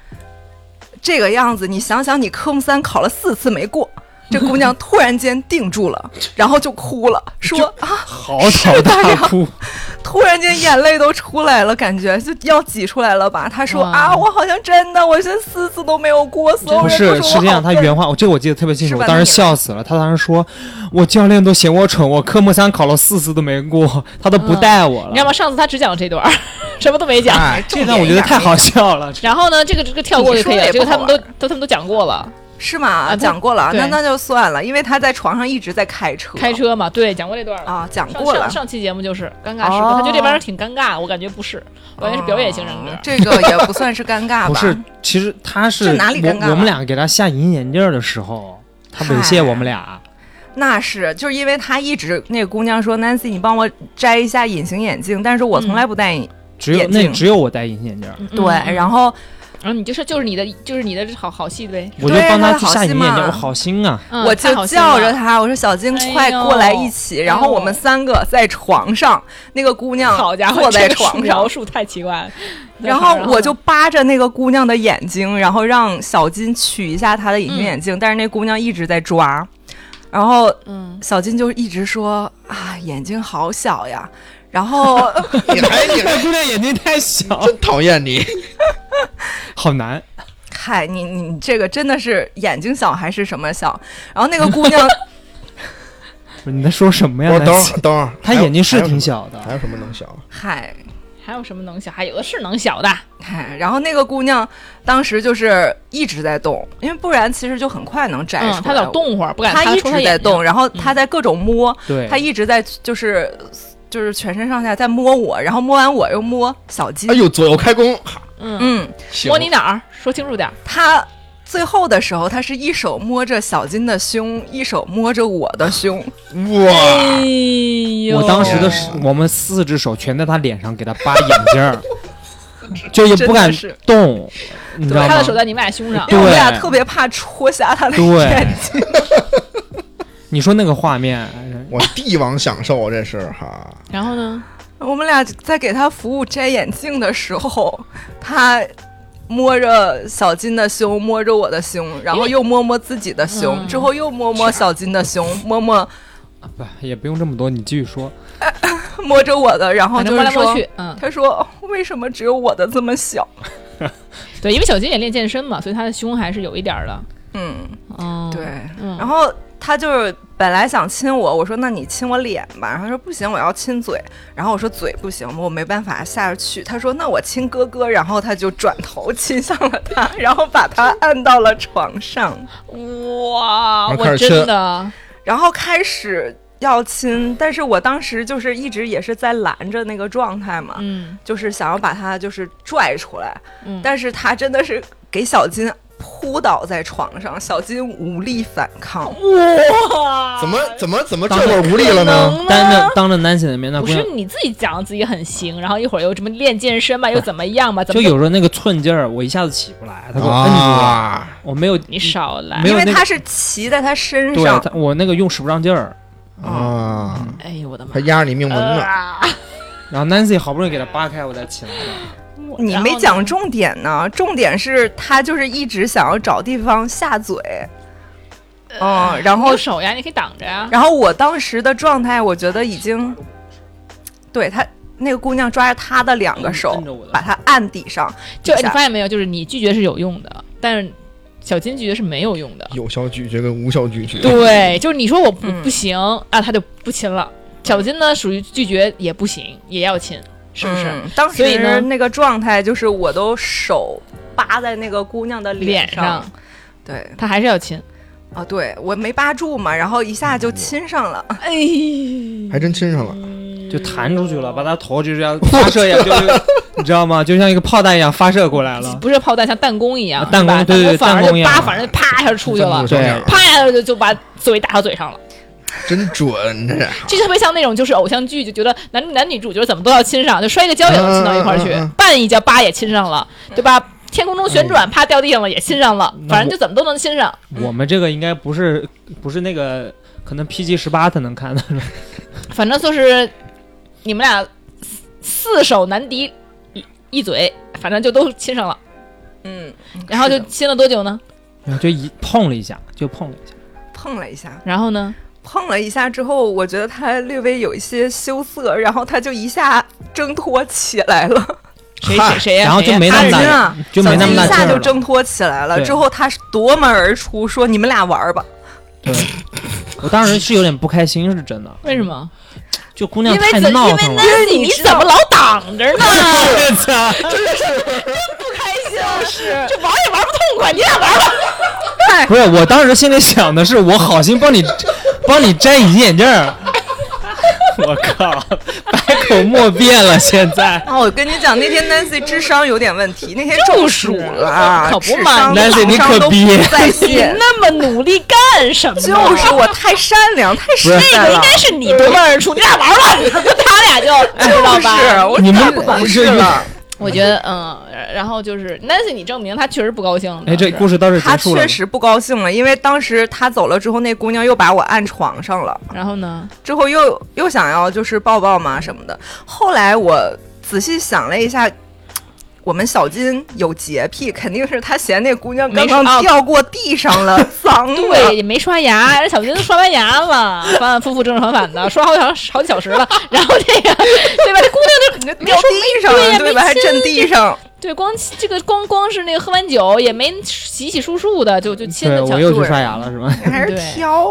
这个样子，你想想你科目三考了四次没过。 这姑娘突然间定住了，然后就哭了，说啊，嚎啕大哭，突然间眼泪都出来了，感觉就要挤出来了吧？她说哇啊，我好像真的，我这四次都没有过，所有不人都是，说是我这样，好他笨原话，我这个我记得特别清是楚，我吧当时那个笑死了。他当时说，我教练都嫌我蠢，我科目三考了四次都没过，他都不嗯带我了。你知道吗？上次他只讲了这段儿， 什么都没讲。哎，重这段我觉点一得点太好笑了。然后呢，这个这个跳过就可以了，你这说的也个不他好们都都他们都讲过了，是吗？啊他讲过了，那对那就算了，因为他在床上一直在开车，开车嘛，对，讲过这段了。啊，讲上过了上。上期节目就是尴尬时刻，哦他就这边挺尴尬，我感觉不是，我感觉是表演型人格哦。这个也不算是尴尬 吧？不是，其实他是这哪里尴尬我了我们俩给他下隐形眼镜儿的时候，他猥亵我们俩。那是就是因为他一直那个姑娘说，Nancy，你帮我摘一下隐形眼镜，但是我从来不戴隐。只有眼那镜只有我戴隐形眼镜儿，嗯对，嗯然后然后你就是就是你的就是你的好好戏呗。我就对帮他去好下隐心形眼镜儿，嘛我好心 啊！ 嗯我就叫着，他，我说小晶，哎呦快过来一起。然后我们三个在床上，那个姑太娘好心了好家伙，啊坐在这个床上描，述太奇怪了。 然好后我就扒着那个姑娘的眼睛，然后让小金取一下她的隐形眼镜，但是那姑娘一直在抓，然后嗯，小金就一直说啊，眼睛好小呀。然后你还你还 姑娘眼睛太小，真讨厌你，好难。嗨，你你你这个真的是眼睛小还是什么小？然后那个姑娘不是你在说什么呀？我南哦等会希儿等会儿，他还有眼睛是挺，小还的，有什么还有什么哎能 啊小？嗨还有什么能小？还有的是能小的。嗨，然后那个姑娘当时就是一直在动，因为不然其实就很快能摘出来。嗯，他老，动会儿，不敢她他一戳他直在眼睛嗯动，。然后她在各种摸，对，他一直在就是就是全身上下在摸我，然后摸完我又摸小鸡。哎呦，左右开弓，哈嗯，嗯，行摸你哪儿？说清楚点儿。他最后的时候，他是一手摸着小金的胸，一手摸着我的胸。啊哇，哎呦我当时的手我们四只手全在他脸上给他扒眼 镜儿，就也不敢真的是动，你知道他的手吗？在你们俩胸上 因。为我们俩对特别怕戳瞎他的对眼睛。你说那个画面，哎我帝王享受啊这是哈，然后呢？我们俩在给他服务摘眼镜的时候，他。摸着小金的胸，摸着我的胸，然后又摸摸自己的胸，嗯之后又摸摸小金的胸，摸摸不也不用这么多，你继续说。摸着我的，然后反哦就正摸是来说，摸去，嗯，他说哦为什么只有我的这么小？对，因为小金也练健身嘛，所以他的胸还是有一点儿的。嗯，嗯，对。嗯，然后他就是本来想亲我，我说那你亲我脸吧，然后他说不行，我要亲嘴。然后我说嘴不行，我没办法下得去。他说那我亲哥哥，然后他就转头亲向了他，然后把他按到了床上，哇，然我后开始真吃的，然后开始要亲，但是我当时就是一直也是在拦着那个状态嘛，嗯就是想要把他就是拽出来，嗯，但是他真的是给小金扑倒在床上，小金无力反抗。哇，怎么怎么怎么这会儿无力了呢？当着当着 Nancy 的面，那不姑是娘你自己讲自己很行，然后一会儿又什么练健身嘛，又怎么样嘛，怎就么有时候那个寸劲儿，我一下子起不来，他给我摁住了，啊，我没有嗯你少来，没有因为那个他是骑在他身对啊上，他我那个用使不上劲儿，啊，哎呦我的妈还！压着你命门呃呢，啊然后 Nancy 好不容易给他扒开，我才起来的。你没讲，重点呢。重点是他就是一直想要找地方下嘴，嗯，然然后后呢你有手呀，你可以挡着呀。然后我当时的状态，我觉得已经对他那个姑娘抓着他的两个手嗯摁着我的，把他按地上，就哎底你下发现没有，就是你拒绝是有用的，但是小金拒绝是没有用 的。有效拒绝跟无效拒绝，对，就是你说我不嗯不行啊，他就不亲了。小金呢，属于拒绝也不行，也要亲，是不是？嗯当所以呢时那个状态就是我都手扒在那个姑娘的脸上上对他还是要亲。啊，嗯对我没扒住嘛，然后一下就亲上了。哎，还真亲上了，就弹出去了，把他头就这样发射一样，就是你知道吗？就像一个炮弹一样发射过来了。 不是炮弹，像弹弓一样，啊弹弓是吧对对反而弹弓就一叭，样反正啪一下就出去了，对，啪一下就就把嘴打到嘴上了。真准，这这特别像那种就是偶像剧，就觉得男男女主角怎么都要亲上，就摔个跤也能亲到一块儿去嗯嗯嗯嗯，绊一跤叭也亲上了，对吧？天空中旋转，啪掉地上了也亲上了，嗯那反正我就怎么都能亲上。我们这个应该不是不是那个，可能 PG 十八才能看的。反正就是你们俩四四手难敌一一嘴，反正就都亲上了。嗯，然后就是的亲了多久呢？然后就一碰了一下，就碰了一下，碰了一下，然后呢？碰了一下之后，我觉得他略微有一些羞涩，然后他就一下挣脱起来了，谁谁谁哎呀？然后谁呀就没那他么是大小劲金儿啊， 就没那么大小金劲一下儿就了。挣脱起来了。对之后他是夺门而出，说：“你们俩玩儿吧。我当时是有点不开心，是真的。为什么？就姑娘因为太怎因闹为腾了， 那因为你你知道怎么老挡着呢？我操！啊开心是这玩也玩不痛快，你俩 玩吧。不是，我当时心里想的是，我好心帮你，帮你摘隐形眼镜儿。 我靠，百口莫辩了，现在。”啊，我跟你讲，那天 Nancy 智商有点问 题，那天中暑了，可不嘛智 Nancy，商你智商可都逼不在你线。那么努力干什么？就是我太善良，太实这在个应了。该是你夺门而出，你俩玩吧， 他俩 就哎知道吧？啊我你们太不懂事这了。我觉得，嗯，然后就是 Nancy，你证明他确实不高兴了。哎，这故事到这儿他结束了确吗。实不高兴了，因为当时他走了之后，那姑娘又把我按床上了，然后呢？之后又又想要就是抱抱嘛什么的。后来我仔细想了一下，我们小金有洁癖，肯定是他嫌那姑娘刚没事啊刚掉过地上 了，脏了。对，也没刷牙，人小金都刷完牙了，反反复复、正正反反的，刷好长好几小时了。然后这个，对吧？这姑娘就掉地上对呀了，对吧？没还亲震地上，对光这个光光是那个喝完酒也没洗洗漱漱的，就就亲对，了我小又金去刷牙了，是吧？ 还是对挑，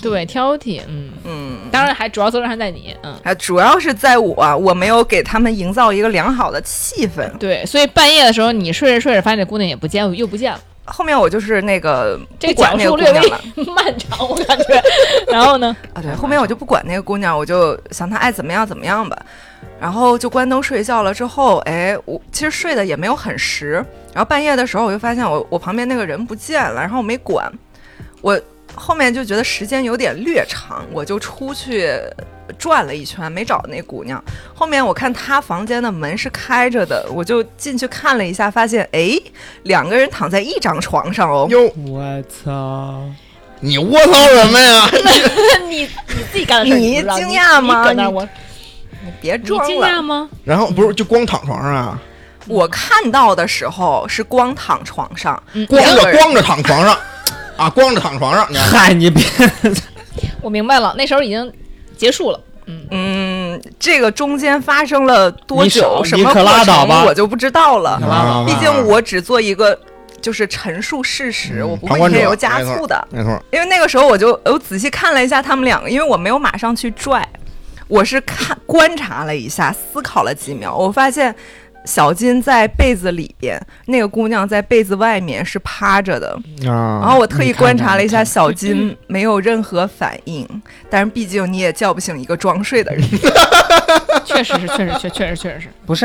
对挑剔，嗯，嗯，当然还主要责任还在你，嗯。啊，主要是在我，我没有给他们营造一个良好的气氛。对，所以半夜的时候，你睡着睡着，发现这姑娘也不见，又不见了。后面我就是那个这不个讲管那个述姑略娘微 了漫长，我感觉。然后 呢？啊，对，后面我就不管那个姑娘，我就想她爱怎么样怎么样吧，然后就关灯睡觉了。之后，哎，我其实睡得也没有很实，然后半夜的时候我就发现我我旁边那个人不见了，然后我没管，我后面就觉得时间有点略长，我就出去。转了一圈没找那姑娘，后面我看她房间的门是开着的，我就进去看了一下，发现哎，两个人躺在一张床上哦，哟，我操！你窝骚什么呀？ 你你自己干的事儿你不知道，惊你讶吗你搁那儿你我，别你装惊了讶。吗？然后不是就光躺床上啊？嗯我看到的时候是光躺床上，嗯，光两个着人光着躺床上，啊，光着躺床上，你 看 嗨，你别我明白了，那时候已经结束 了。嗯，嗯，这个中间发生了多你少久，什么你可过拉倒程吧我就不知道了。啊毕竟我只做一个就是陈述事实，我不嗯旁会观者添油加醋的。没错，因为那个时候我就我仔细看了一下他们两个，因为我没有马上去拽，我是看观察了一下，思考了几秒，我发现小金在被子里边，那个姑娘在被子外面是趴着的。啊然后我特意观察了一下小嗯金，没有任何反应。但是毕竟你也叫不醒一个装睡的人。确实是，确实确确实确实是。不是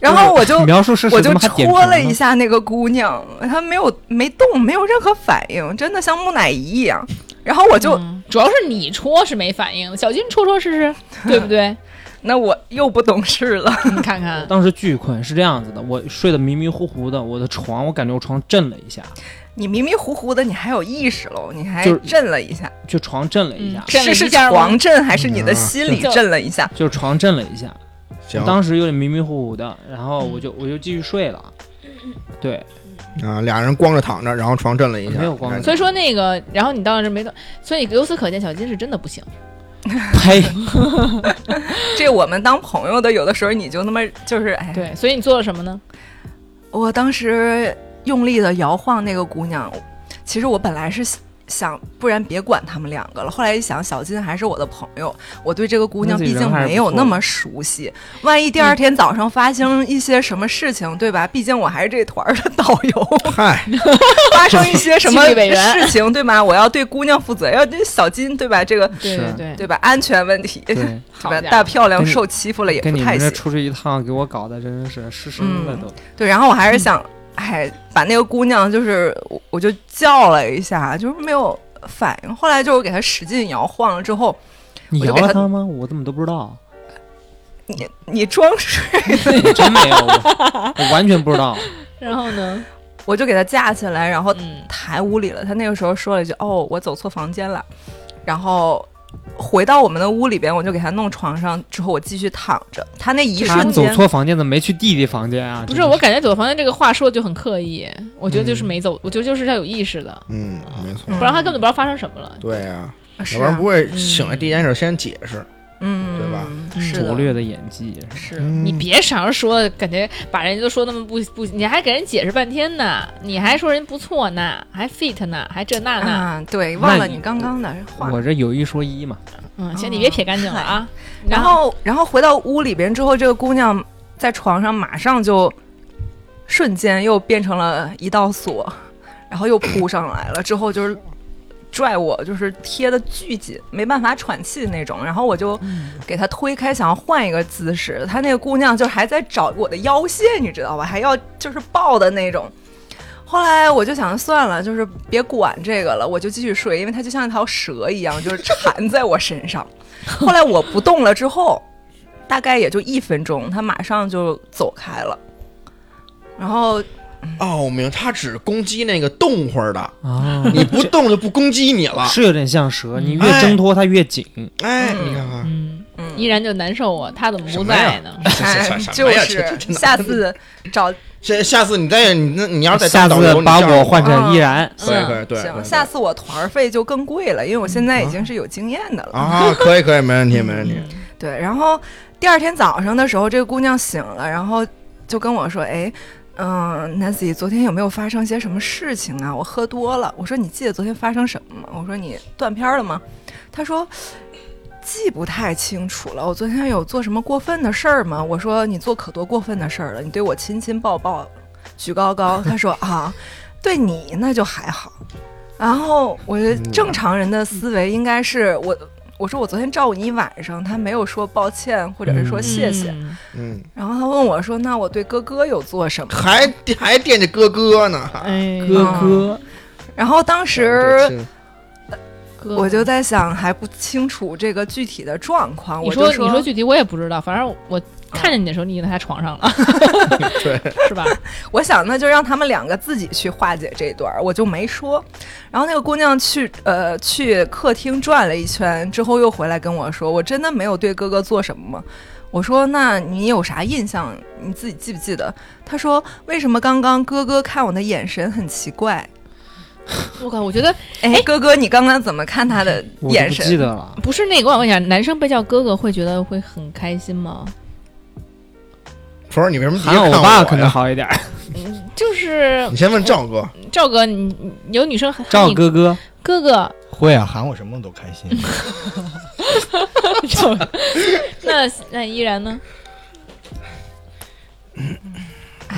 然后我就描述事实，我怎就么还点评戳了一呢下那个姑娘，她没有没动，没有任何反应，真的像木乃伊一样。然后我就、嗯主要是你戳是没反应的，小金戳戳试试，对不对？那我又不懂事了， 你看看，当时巨困，是这样子的，我睡得迷迷糊糊的，我的床，我感觉我床震了一下，你迷迷糊糊的，你还有意识喽，你还就是震了一下，就床震了一下，震了是嗯一是下吗床震还是你的嗯心里就震了一下？就是床震了一下，行啊我当时有点迷迷糊糊的，然后我嗯就我就继续睡了，对，啊，俩人光着躺着，然后床震了一下，没有光着所以说那个，然后你到那儿没动，所以由此可见，小金是真的不行。呸，这我们当朋友的，有的时候你就那么就是哎，对，所以你做了什么呢？我当时用力的摇晃那个姑娘，其实我本来是想，不然别管他们两个了。后来一想，小金还是我的朋友，我对这个姑娘那自己毕人竟还是没不有错那么熟悉，万一第二天早上发生一些什么事情，对嗯吧？毕竟我还是这团儿的导游，嗨， 发生一些 什么纪律委员事情，对吗？我要对姑娘负责，要对小金， 对吧？这个对是对对吧？安全问题，对 对，好吧？点儿大漂亮跟你受欺负了也跟不你太们行嗯这。出去一趟，给我搞的真的是失身了都。对，然后我还嗯是想，哎，把那个姑娘就是我我就叫了一下，就是没有反应。后来就是我给她使劲摇晃了之后，你我就摇给了他他吗？我怎么都不知道？你你装睡， 我真没有，我我完全不知道。然后呢？我就给她架起来，然后嗯，太无理了。她那个时候说了一句：“哦，我走错房间了。”然后。回到我们的屋里边，我就给她弄床上，之后我继续躺着。她那一他瞬走间，错房间怎么没去弟弟房间啊？不真是，我感觉走房间这个话说的就很刻意，我觉得就是嗯没走，我觉得就是要有意识的，嗯，没错，不然他根本不知道发生什么了。对呀、是要不然啊不，会醒来第一件事先解释。嗯，对吧？嗯是拙的，劣的演技。是你别想着说，感觉把人家都说那么不不，你还给人解释半天呢，你还说人不错呢，还 fit 呢，还这那那，啊，对，嗯忘那了你你刚刚的话。我这有一说一嘛，嗯，行，你别撇干净了啊。然后，然后回到屋里边之后，这个姑娘在床上马上就瞬间又变成了一道锁，然后又扑上来了。之后就是拽我，就是贴的巨紧，没办法喘气那种。然后我就给她推开，想要换一个姿势。她那个姑娘就还在找我的腰线，你知道吧？还要就是抱的那种。后来我就想算了，就是别管这个了，我就继续睡，因为它就像一条蛇一样，就是缠在我身上。 后来我不动了之后，大概也就一分钟，他马上就走开了。然后哦，我明白，他只攻击那个动会儿的，啊，你不动就不攻击你了。 是有点像蛇，你越哎挣脱它越紧。哎，你看看，嗯，嗯依然就难受啊，他怎么不什么在呀呢？这这哎这什 就么呀是这这这哪下次找下下次你再你那你要是再下当导游次把我换成嗯依然，可以可以对，嗯行，对下次我团儿费就更贵了，因为我现在已经是有经验的了。啊，可以可以，没问题没问题。对，然后第二天早上的时候，这个姑娘醒了，然后就跟我说：“哎，嗯，Nancy，昨天有没有发生些什么事情啊？我喝多了。”我说：“你记得昨天发生什么吗？”我说：“你断片了吗？”她说：“记不太清楚了。我昨天有做什么过分的事儿吗？”我说：“你做可多过分的事儿了，你对我亲亲抱抱，举高高。”她说：“啊，对你那就还好。”然后我觉得正常人的思维应该是我我说我昨天照顾你一晚上，他没有说抱歉或者是说谢谢。嗯嗯，然后他问我说：“那我对哥哥有做什么还还惦记哥哥呢，哎，哥哥，？”然后当啊时这哥我就在想，还不清楚这个具体的状况。你我就说你说具体我也不知道，反正我看见你的时候，你已经在他床上了，对， 是吧？我想那就让他们两个自己去化解这一段儿，我就没说。然后那个姑娘去呃去客厅转了一圈之后，又回来跟我说：“我真的没有对哥哥做什么吗？”我说：“那你有啥印象？你自己记不记得？”她说：“为什么刚刚哥哥看我的眼神很奇怪？我靠，我觉得哎，哥哥，你刚刚怎么看他的我都眼不记神？得了。不是那个，我想问一下，男生被叫哥哥会觉得会很开心吗？不是你为什么喊我欧巴可能呀？好一点儿，就是你先问赵哥，赵哥，你你有女生喊赵你哥哥，哥哥， 会啊，喊我什么都开心。赵哥那那依然呢？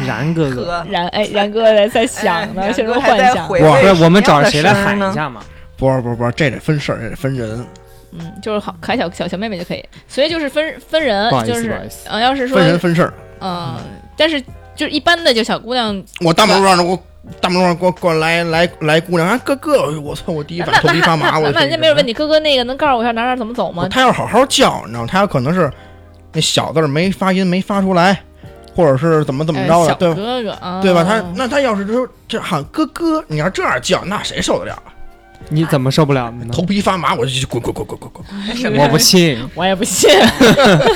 然哥哥，哥，然哎，然哥在在想哎呢，陷入幻想。我我说我们找谁来喊一？下嘛？不是不是不是，这得分事儿，这得分人，嗯，就是好可爱小小小妹妹就可以，所以就是分分人不好，意就思是不好意思嗯，要是说分人分事儿。嗯，但是就是一般的，就小姑娘，我大马路上的我。大马路上给我给我来来来姑娘啊哥哥，哎呦我操！我第一那反那头皮发啊麻，那我那那的天人家没有问你哥哥那个能告诉我一下哪哪怎么走吗？他要好好叫，你知道吗，他有可能是那小字儿没发音没发出来，或者是怎么怎么着哎的，小对吧哥哥啊，对吧？他哦 那他要是说这喊哥哥，你要这样叫，那谁受得了？你怎么受不了 呢？头皮发麻，我就去滚滚滚滚滚滚！我不信，我也不 信。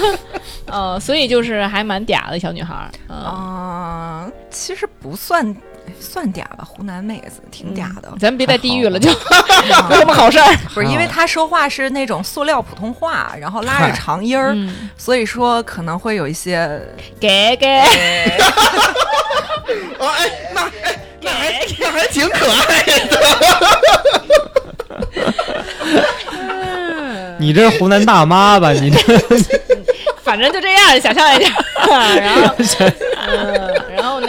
呃，所以就是还蛮嗲的小女孩儿，嗯，啊、其实不算哎算嗲吧，湖南妹子挺嗲的。咱们别在地狱了，就啊嗯没什么好事儿。不是因为她说话是那种塑料普通话，然后拉嗨着长音儿， 嗯，所以说可能会有一些给给啊，哎，那哎，那还那还挺可爱的。呃你这是湖南大妈 吧？你这 反正就这样，想象一下。然 后，嗯，然后呢？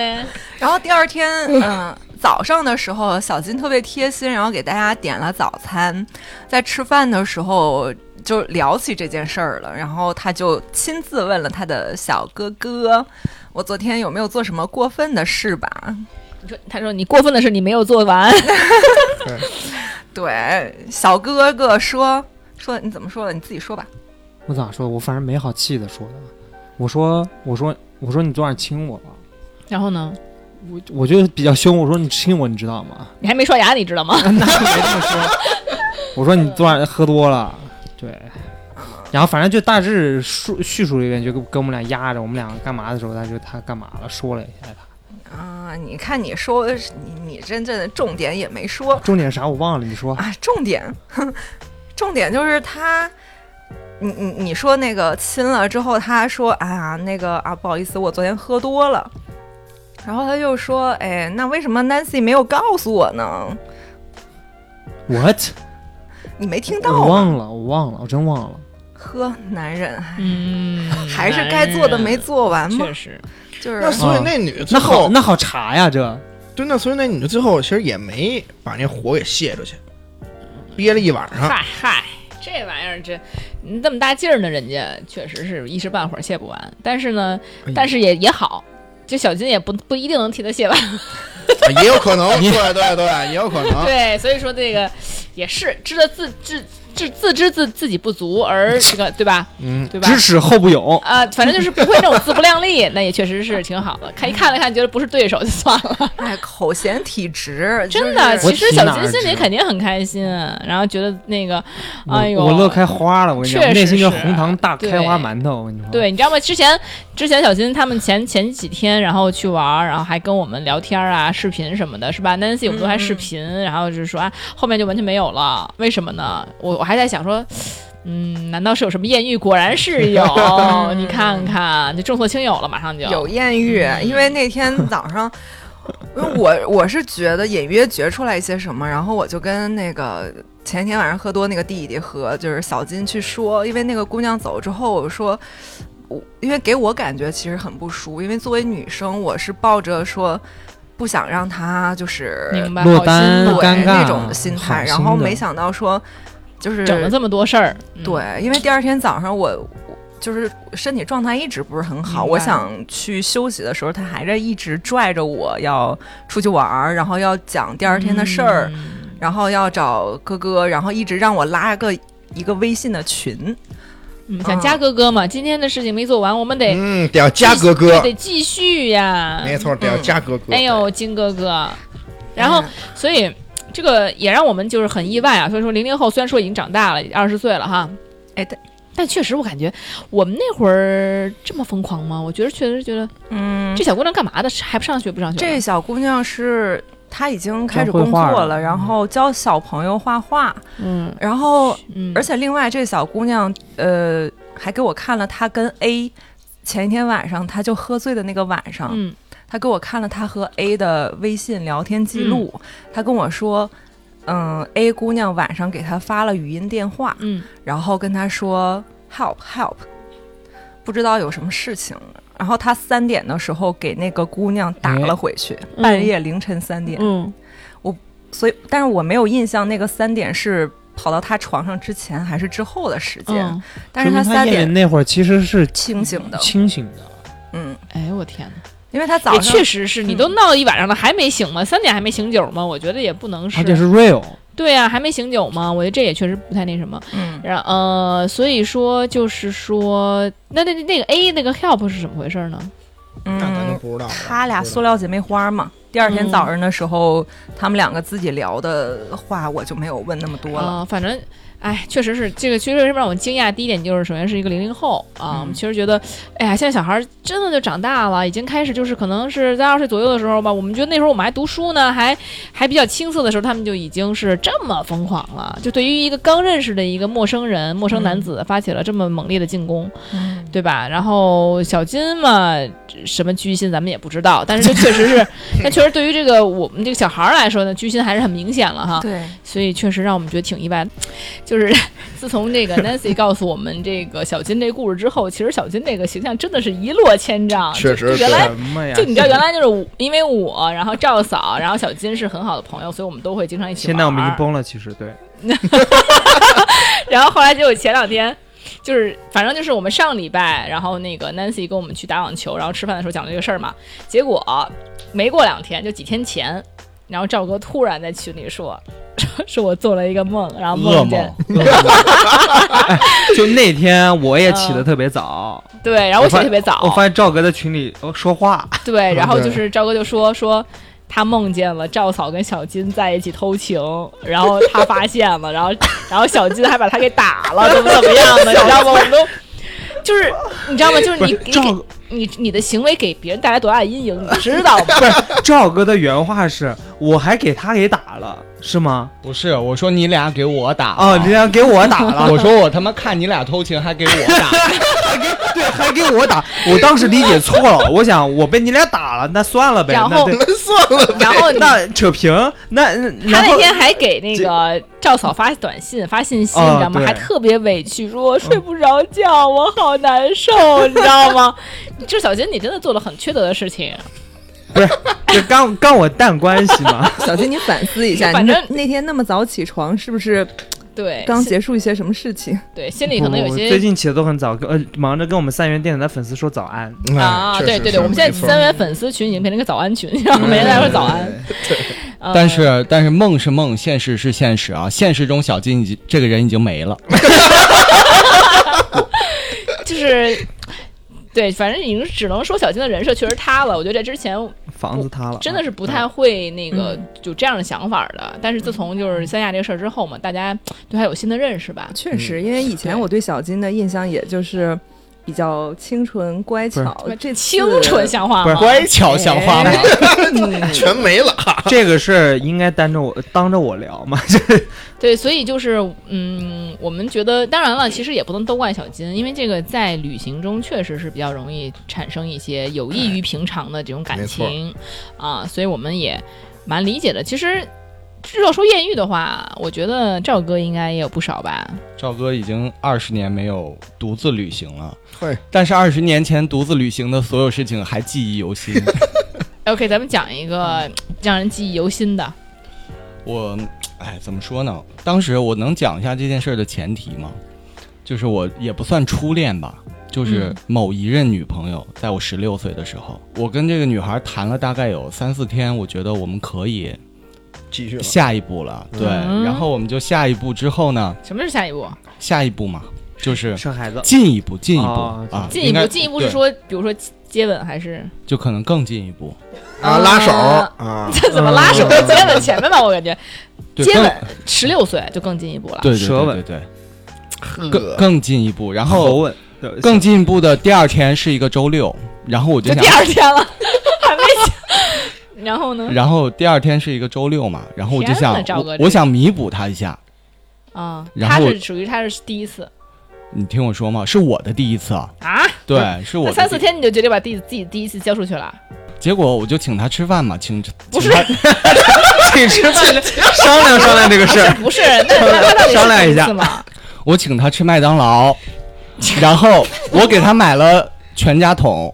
然后第二 天，嗯，早上的时候，小金特别贴心，然后给大家点了早餐。在吃饭的时候就聊起这件事儿了，然后他就亲自问了他的小哥哥：“我昨天有没有做什么过分的事吧你说，他说你过分的是你没有做完。？” 对，小哥哥说。说你怎么说的？你自己说吧。我咋说？我反正没好气的说的。我说，我说，我说你昨晚亲我了。然后呢？我我就比较凶，我说你亲我，你知道吗？你还没刷牙，你知道吗？那没这么说。我说你昨晚喝多了，对。然后反正就大致述叙述了一遍，就跟跟我们俩压着，我们俩干嘛的时候，他就他干嘛了，说了一下他。啊、你看你说你你真正的重点也没说重点啥我忘了，你说。啊，重点， 重点就是他，你你你说那个亲了之后，他说啊那个啊不好意思，我昨天喝多了，然后他就说，哎，那为什么 Nancy 没有告诉我呢？ What？你没听我到吗？忘了，我忘了，我真忘了。呵，男人 嗯，哎还是该做的没做完嘛确，实，就是那所以啊那女的最那好，后，那好查呀，这对，那所以那女的最后其实也没把那火给泄出去，憋了一晚上。啊嗨嗨，这玩意儿这你这么大劲儿呢，人家确实是一时半会儿卸不完。但是呢，哎但是也也好，就小金也不不一定能替他卸完。啊也有可能，对对对，也有可能。对，所以说这个也是知道自自自自知自自己不足，而这个对吧？嗯，对吧？知耻后不勇。啊、反正就是不会那种自不量力，那也确实是挺好的。看一看了看，觉得不是对手就算 了。哎口嫌体直，真的，就其是实我小哪金儿心知里道肯定很开心，啊然后觉得那个，我哎呦，我乐开花了，我跟你讲，确实内心就是红糖大开花对馒头，我跟你说。对，你知道吗？之前之前小金他们前前几天，然后去玩儿，然后还跟我们聊天啊、视频什么的，是吧？Nancy 我们都还视频，然后就是说啊，后面就完全没有了，为什么呢？我我还在想说。嗯，难道是有什么艳遇？果然是有， 你看看，就重色轻友了，马上就有 艳遇，因为那天早上，因为我我是觉得隐约觉出来一些什么，然后我就跟那个前一天晚上喝多那个弟弟和就是小金去说，因为那个姑娘走之后，我说。我因为给我感觉其实很不舒服，因为作为女生，我是抱着说不想让她就是明白落好心单软尴对那尬种心态，好然心后的没想到说就是整了这么多事儿，嗯，对，因为第二天早上我我就是身体状态一直不是很好，明我白想去休息的时候，他还在一直拽着我要出去玩儿，然后要讲第二天的事儿，嗯然后要找哥哥，然后一直让我拉个一个微信的群。嗯，啊想加哥哥嘛，今天的事情没做完，我们得、嗯，得要加哥哥，得继续呀，没错，得要加哥哥。哎呦，金哥哥，然后嗯所以这个也让我们就是很意外啊。所以说，零零后虽然说已经长大了，二十岁了哈，哎对但确实我感觉我们那会儿这么疯狂吗？我觉得确实觉得嗯这，小姑娘干嘛的，还不上学不上学？啊这小姑娘是她已经开始教绘工画作了了，然嗯后教小朋友画画，嗯然后嗯，而且另外这小姑娘，呃，还给我看了她跟 A 前一天晚上她就喝醉的那个晚上，嗯，她给我看了她和 A 的微信聊天记录，她跟我说。嗯，A 姑娘晚上给她发了语音电话，嗯然后跟她说 help help，不知道有什么事情。然后她三点的时候给那个姑娘打了回去，嗯半夜凌晨三点。嗯，所以，但是我没有印象那个三点是跑到她床上之前还是之后的时间。嗯，但是说明三夜里点那会儿其实是清醒的，清醒的。嗯，哎呦我天哪，因为他早也上确实是你嗯都闹一晚上了还没醒吗？三点还没醒酒吗？我觉得也不能啊而且是，是 real，对呀、还没醒酒吗？我觉得这也确实不太那什么。嗯，然呃，所以说就是说，那那那个 A 那个 help 是怎么回事呢？嗯那咱就不知道了。他俩不知道塑料姐妹花嘛。第二天嗯早上的时候，他们两个自己聊的话，我就没有问那么多了。啊、反正，哎，确实是这个，确实是让我惊讶。第一点就是，首先是一个零零后啊，我们嗯其实觉得，哎呀，现在小孩儿真的就长大了，已经开始就是可能是在二十岁左右的时候吧，我们觉得那时候我们还读书呢，还还比较青涩的时候，他们就已经是这么疯狂了。就对于一个刚认识的一个陌生人、陌生男嗯子，发起了这么猛烈的进攻，嗯，对 吧？然后小金嘛，什么居心咱们也不知道，但是这确实是，但确实实对于这个我们这个小孩儿来说呢，居心还是很明显了哈。对，所以确实让我们觉得挺意外的。就是 自从这个 Nancy 告诉我们这个小金这故事之后，其实小金这个形象真的是一落千丈。确就实就是原来什么呀就你知道，原来就是我因为我，然后赵嫂，然后小金是很好的朋友，所以我们都会经常一起玩。现在我们已经崩了，其实对，然后后来结果前两天。就是，反正就是我们上礼拜，然后那个 Nancy 跟我们去打网球，然后吃饭的时候讲了这个事儿嘛。结果没过两天，就几天前，然后赵哥突然在群里说， 说我做了一个梦，然后噩梦见梦，就那天我嗯也起得特别早，对，然后我起发得特别早，我发现啊赵哥在群里哦说 话，对，然后就对是赵哥就说说他梦见了赵嫂跟小金在一起偷情，然后他发现了，然后然后小金还把他给打了，怎么怎么样的，你知道吗？我们都就是你知道吗？就是你你给你你的行为给别人带来多大的阴 影，你知道吗？不是赵哥的原话是，我还给他给打了，是吗？不是，我说你俩给我打哦，你俩给我打了， 我说我他妈看你俩偷情还给我打，对， 还给我打，我当时理解错了，我想我被你俩打了，那算了呗，然那后对 算了呗。然后你那扯平，那他然那后天还给那个赵嫂发短信、发信息，哦你知道吗？对嗯还特别委屈，说我睡不着觉，我好难受，你知道吗？ 这小金，你真的做了很缺德的事情。就刚刚我淡关系嘛， 小金，你反思一下，反正你那那天那么早起床，是不是对，刚结束一些什么事情？对心里可能有不些最近起的都很早，跟呃，忙着跟我们三元电台的粉丝说早安。 啊，哎确对实对是对，我们现在没错嗯三元粉丝群已经变成一个早安群， 然后每天在说早安。呃但是但是梦是梦，现实是现实啊！现实中小金已经这个人已经没了，就是。对，反正已经只能说小金的人设确实塌了。我觉得在之前房子塌了，真的是不太会那个嗯有这样的想法的。但是自从就是三亚这个事儿之后嘛，大家对他有新的认识吧。确实，因为以前我对小金的印象也就是比较清纯乖巧，这次清纯像话不是吗？乖巧像话吗？全没了。啊这个事儿应该当着我当着我 聊嘛，这对，所以就是，嗯，我们觉得，当然了，其实也不能都怪小金，因为这个在旅行中确实是比较容易产生一些有益于平常的这种感没错情啊，所以我们也蛮理解的。其实，要说艳遇的话，我觉得赵哥应该也有不少吧。赵哥已经二十年没有独自旅行了，嘿但是二十年前独自旅行的所有事情还记忆犹新。 OK，咱们讲一嗯个让人记忆犹新的，我，哎，怎么说呢？当时我能讲一下这件事儿的前提吗？就是我也不算初恋吧，就是嗯某一任女朋友，在我十六岁的时候，我跟这个女孩谈了大概有三四天，我觉得我们可以继续了，下一步了，对。嗯然后我们就下一步之后呢，什么是下一步？下一步嘛，就是生孩子进一步，进一步、哦啊，进一应步，该进一步是对说，比如说接吻还是？就可能更进一步，啊，拉手啊，这 怎么拉手跟接吻前面吧？我感觉呃对接更吻十六岁就更进一步了。对对舌对吻对对，呃更更进一步。然后口吻对更进一步的第二天是一个周六，然后我就就想第，二天了，还没想。然后呢？然后第二天是一个周六嘛，然后我就天想哪赵哥我这我想弥补他一下。啊，然他后是属于他是第一次你听我说嘛，是我的第一次啊，啊，对，是我那的三四第。天你就决定把第自己第一次交出去了，结果我就请他吃饭嘛，请不是请他 请吃饭商量商量这个事儿， 不是？那那那到底商量是第一下次吗？我请他吃麦当劳，然后我给他买了全家桶，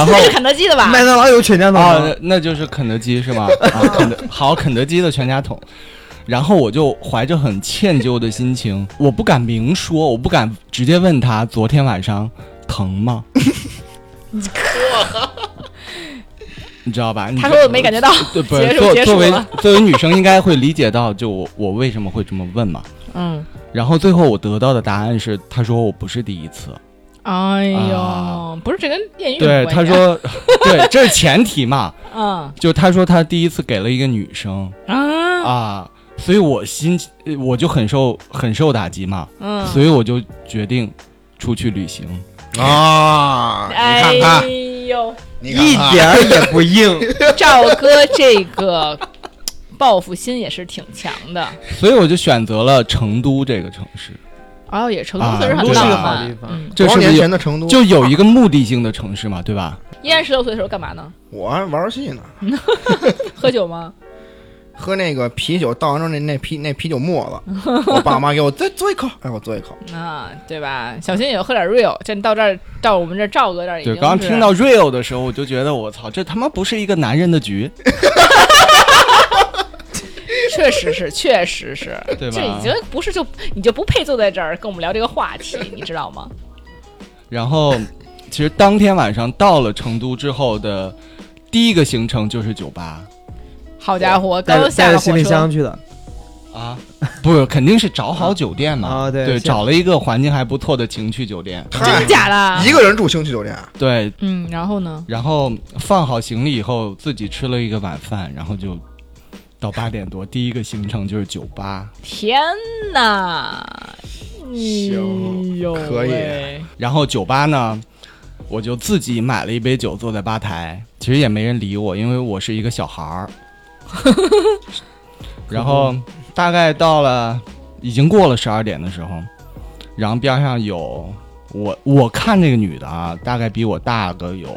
后那是肯德基的吧？哦麦当劳有全家桶啊吗，那就是肯德 基是吧？啊，肯德好，肯德基的全家桶。然后我就怀着很歉疚的心情，我不敢明说，我不敢直接问他昨天晚上疼 吗？你知道吧？你他知说我没感觉到，对，不结是束作结束作为了作为女生应该会理解到，就我我为什么会这么问嘛？嗯，然后最后我得到的答案是，他说我不是第一次，哎呦啊，不是这跟艳遇有对，关系他说， 对，这是前提嘛，啊就他说他第一次给了一个女生，啊啊，所以我心呃我就很受很受打击嘛，嗯，所以我就决定出去旅行。啊，哎你看看，呦，你 一看看，点儿也 不硬，赵哥这个报复心也是挺强的所以我就选择了成都这个城市。哦，也成都啊算是很都是棒个的好吧地方嗯，这多少是不年是前有的成都，就有一个目的性的城市嘛，对吧？依然十六岁的时候干嘛呢？我玩游戏呢，喝酒吗？喝那个啤酒倒完之后那那啤那啤酒沫子， 我爸妈给我再嘬一口，哎，我嘬一口， 啊，对吧？小心也喝点 real。这到这儿，到我们这儿赵哥这儿已经对，刚刚是听到 real 的时候，我就觉得我操，这他妈不是一个男人的局，确实是，确实是，对吧这已经不是就你就不配坐在这儿跟我们聊这个话题，你知道吗？然后， 其实当天晚上到了成都之后的第一个行程就是酒吧好家伙，带刚着下带着了行火李车箱，去的，啊，不是，肯定是找好酒店嘛。啊对对，是找了一个环境还不错的情趣酒店。 真假的？一个人住星级酒店，对，嗯，然后呢？然后放好行李以后，自己吃了一个晚饭，然后就到八点多，第一个行程就是酒吧。天哪！嗯行哎呦可以喂然后酒吧呢，我就自己买了一杯酒，坐在吧台，其实也没人理我，因为我是一个小 孩儿。然后大概到了已经过了十二点的时候，然后边上有我，我看这个女的啊，大概比我大个有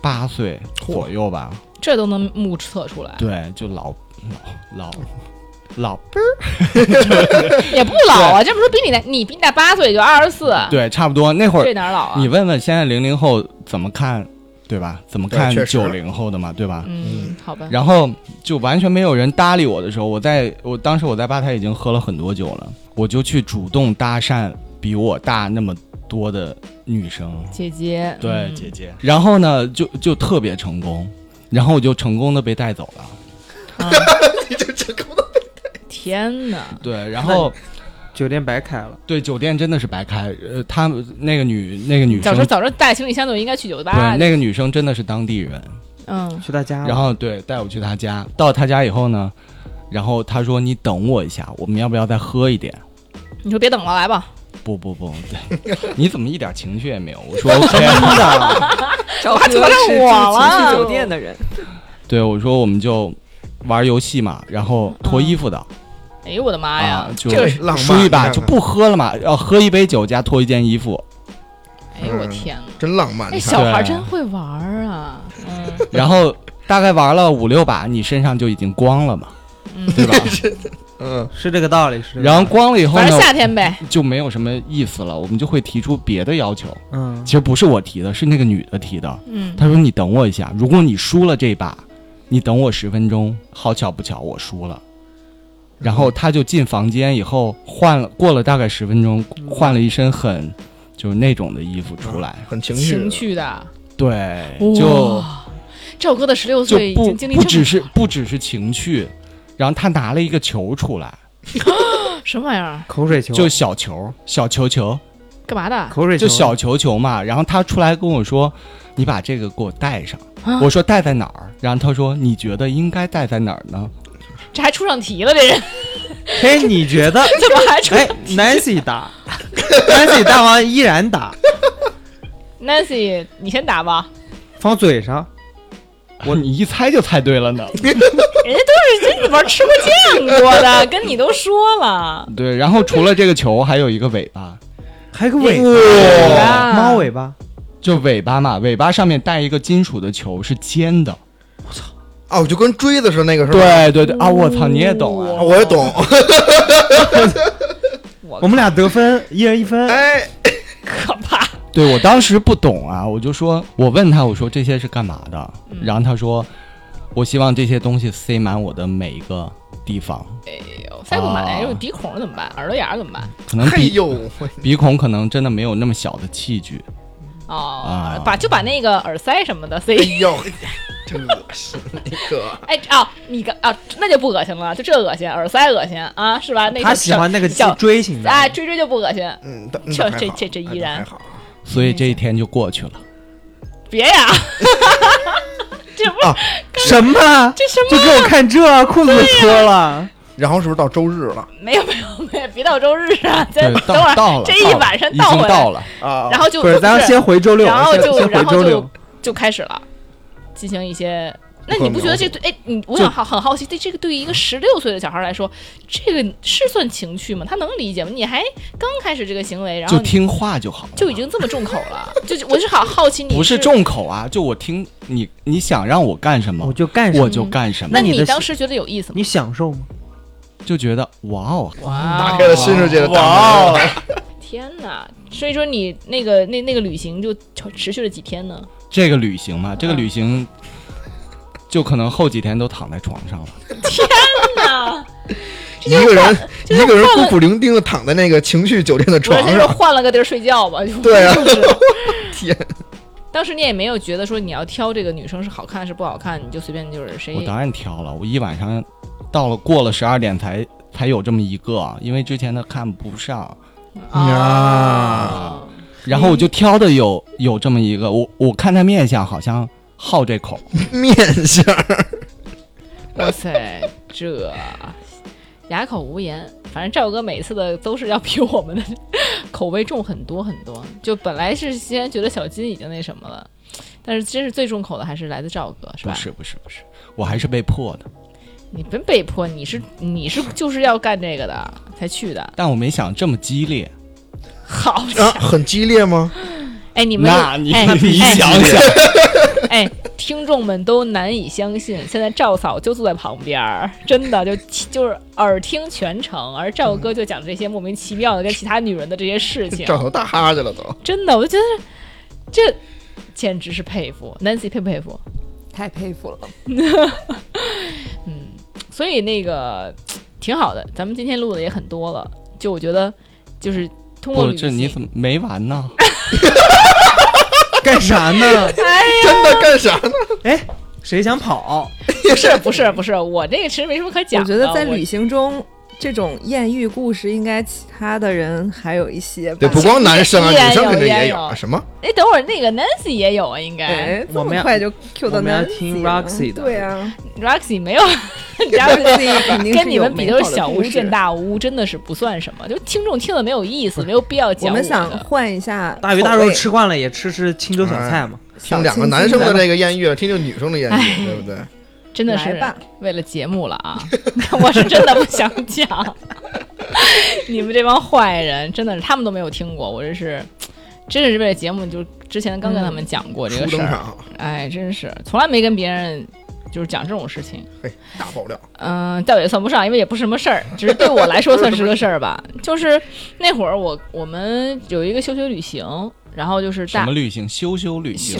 八岁左右吧。这都能目测出哎来，对，就老老 老老也不老啊，这不是比你大，你比你大八岁，就二十四，对，差不多那会这儿，哪儿老啊你？问问现在零零后怎么看，对吧？怎么对看确实九零后的嘛，对吧？嗯，好吧，然后就完全没有人搭理我的时候，我在我当时我在吧台已经喝了很多酒了，我就去主动搭讪比我大那么多的女生，姐姐，对、嗯姐姐。然后呢，就就特别成功，然后我就成功的被带走了。啊嗯天哪！对，然后酒店白开了。对酒店真的是白开，呃，他们那个女那个女早生说，早说带行李箱就应该去酒吧对，。那个女生真的是当地人，嗯，去他家了，然后对带我去她家，到她家以后呢，然后她说你等我一下，我们要不要再喝一点？你说别等了，来吧。不不不，对， 你怎么一点情绪也没有？我说 OK 的，找还责任我了情趣酒店的人，对我说我们就玩游戏嘛，然后脱衣服的、哎呦我的妈呀啊，！就这是，浪漫输一你看把看就不喝了嘛，要喝一杯酒加脱一件 衣服，哎呦我天哪！真浪漫。嗯那你看哎小孩真会玩儿啊，嗯然后大概玩了五六把，你身上就已经 光了嘛，嗯，对吧？嗯，是这个道理，是这个道理。然后光了以后反呢正，夏天呗，就没有什么意思了，我们就会提出别的要求。嗯其，实不是我提的，是那个女的提的。嗯，她说：“你等我一下，如果你输了这一把，你等我十分钟。”好巧不巧，我输了。然后她就进房间以后换了，过了大概十分钟，换了一身很就是那种的衣服出来。很情绪，情趣的，对，就嗯哇赵哥的十六就岁已不经经历不这只么是不只是情趣，然后她拿了一个球出来， 什么玩意儿，口水球就小球小球球，干嘛的？口水球就小球球嘛。然后他出来跟我说：“你把这个给我带上。啊我说：“带在哪儿？”然后他说：“你觉得应该带在哪儿呢这还出上题了，这人哎嘿，你觉 得？怎么还出哎，Nancy 打，Nancy 大王依然打， ？Nancy，你先打吧，放嘴上。？”我你一猜就猜对了呢。人家都是真玩吃过见过的，跟你都说 了，对，然后除了这个球，还有一个尾巴，还有个哎尾哇巴，猫尾巴，就尾巴嘛，尾巴上面带一个金属的球，是尖的。哦，就跟锥子似的那个是吧？对对对啊！我操，你也懂啊哦啊！我 也懂。我们俩得分，一人一分。哎，可怕。对我当时不懂啊，我就说，我问他，我说这些是干嘛的？嗯然后他说，我希望这些东西塞满我的每一个地方，塞不满，啊哎呦，鼻孔怎么办？耳朵眼儿怎么办？可能嘿鼻哎呦，鼻孔可能真的没有那么小的器具。哦，啊把就把那个耳塞什么的塞哎。 呦，真恶心，你可哎啊，你个啊，那就不恶心了，就这恶心，耳塞恶心啊，是吧？那个他喜欢那个小锥形的，哎，追追就不恶心，嗯，但嗯这还好这这这依然还好。所以这一天就过去了。别呀，这不是、什么？这什就么啊给我看这裤子都脱了，然后是不是到周日了没有没有没有，别到周日啊，咱对，等会到儿到了，这一晚上已倒回经来，到了。啊？然后就不是？咱不先回周六，然后先就先然回后周六就。就开始了，进行一些那你不觉得这对？哎，你我想好很好奇，对这个对于一个十六岁的小孩来说，这个是算情趣吗？他能理解吗？你还刚开始这个行为，然后就你听话就好了。就已经这么重口了，就就我是好好奇你不是，重口啊，就我听你，你想让我干什我么，就干什么我就干什么，那你你的当是时觉得有意思吗你？享受吗？就觉得哇哦，哇打开了新世界的大门。哦天哪！所以说你那个那那个旅行就持续了几天呢？这个旅行嘛，这个旅行就可能后几天都躺在床上了。啊，一个人这就一个人换了孤苦伶仃的躺在那个情趣酒店的我床说这就上，换了个地儿睡觉吧，就对啊是不 是？天，当时你也没有觉得说你要挑这个女生是好看是不好看，你就随便就是谁我当然挑了，我一晚上到了过了十二点才才有这么一个，啊因为之前的看不上，啊。然后我就挑的有有这么一个，我我看他面相好像好这口，面 相 哇塞，这哑口无言。反正赵哥每次的都是要比我们的口味重很多很多。就本来是先觉得小金已经那什么了，但是真是最重口的还是来自赵哥，是不吧？是不是不是，我还是被迫的，你真被迫，你是你是就是要干这个的才去的。但我没想这么激烈。好家啊，伙，很激烈吗？哎，你们有那你哎你哎想想，哎，听众们都难以相信，现在赵嫂就坐在旁边儿，真的就就是耳听全程，而赵哥就讲这些莫名其妙的跟其他女人的这些事 情，照头大哈去了都。真的，我就觉得这简直是佩服，Nancy 佩不佩服？太佩服了。嗯所以那个挺好的，咱们今天录的也很多了，就我觉得就是通过不，旅这你行怎么没完呢？干啥 呢？ 哎真的干啥呢？哎，谁想跑？不是不是不是，我这个其实没什么可讲我的，觉得在旅我行中，这种艳遇故事应该其他的人还有一些吧。对，不光 男生啊，依然女生肯定有也依有然啊。有什么？哎，等会儿那个 Nancy 也有啊，应该哎，我这们么要快就 Q 到我们要 Nancy 听了 Roxy 的对啊 Roxy 没有， 你知道吗，Roxy 肯定是跟你有们比美都好是的小故巫事见。大巫，真的是不算什么。就听众听的没有意思，没有必要我讲们想的换一 下大鱼大口肉味吃惯了，也吃吃青州小菜嘛。哎听两个男生的这个艳遇，听听女生的艳哎遇，对不对？真的来是吧为了节目了啊！ 我是真的不想讲， 你们这帮坏人真的是他们都没有听过，我这是真的是为了节目，就之前刚跟嗯他们讲过这个初事登儿，场，哎，真是从来没跟别人就是讲这种事情。嘿，大爆料。嗯，倒也算不上，因为也不是什么事儿，只是对我来说算是个事儿 吧。就是那会儿我我们有一个休学旅行，然后就是什大么旅行？羞羞旅行？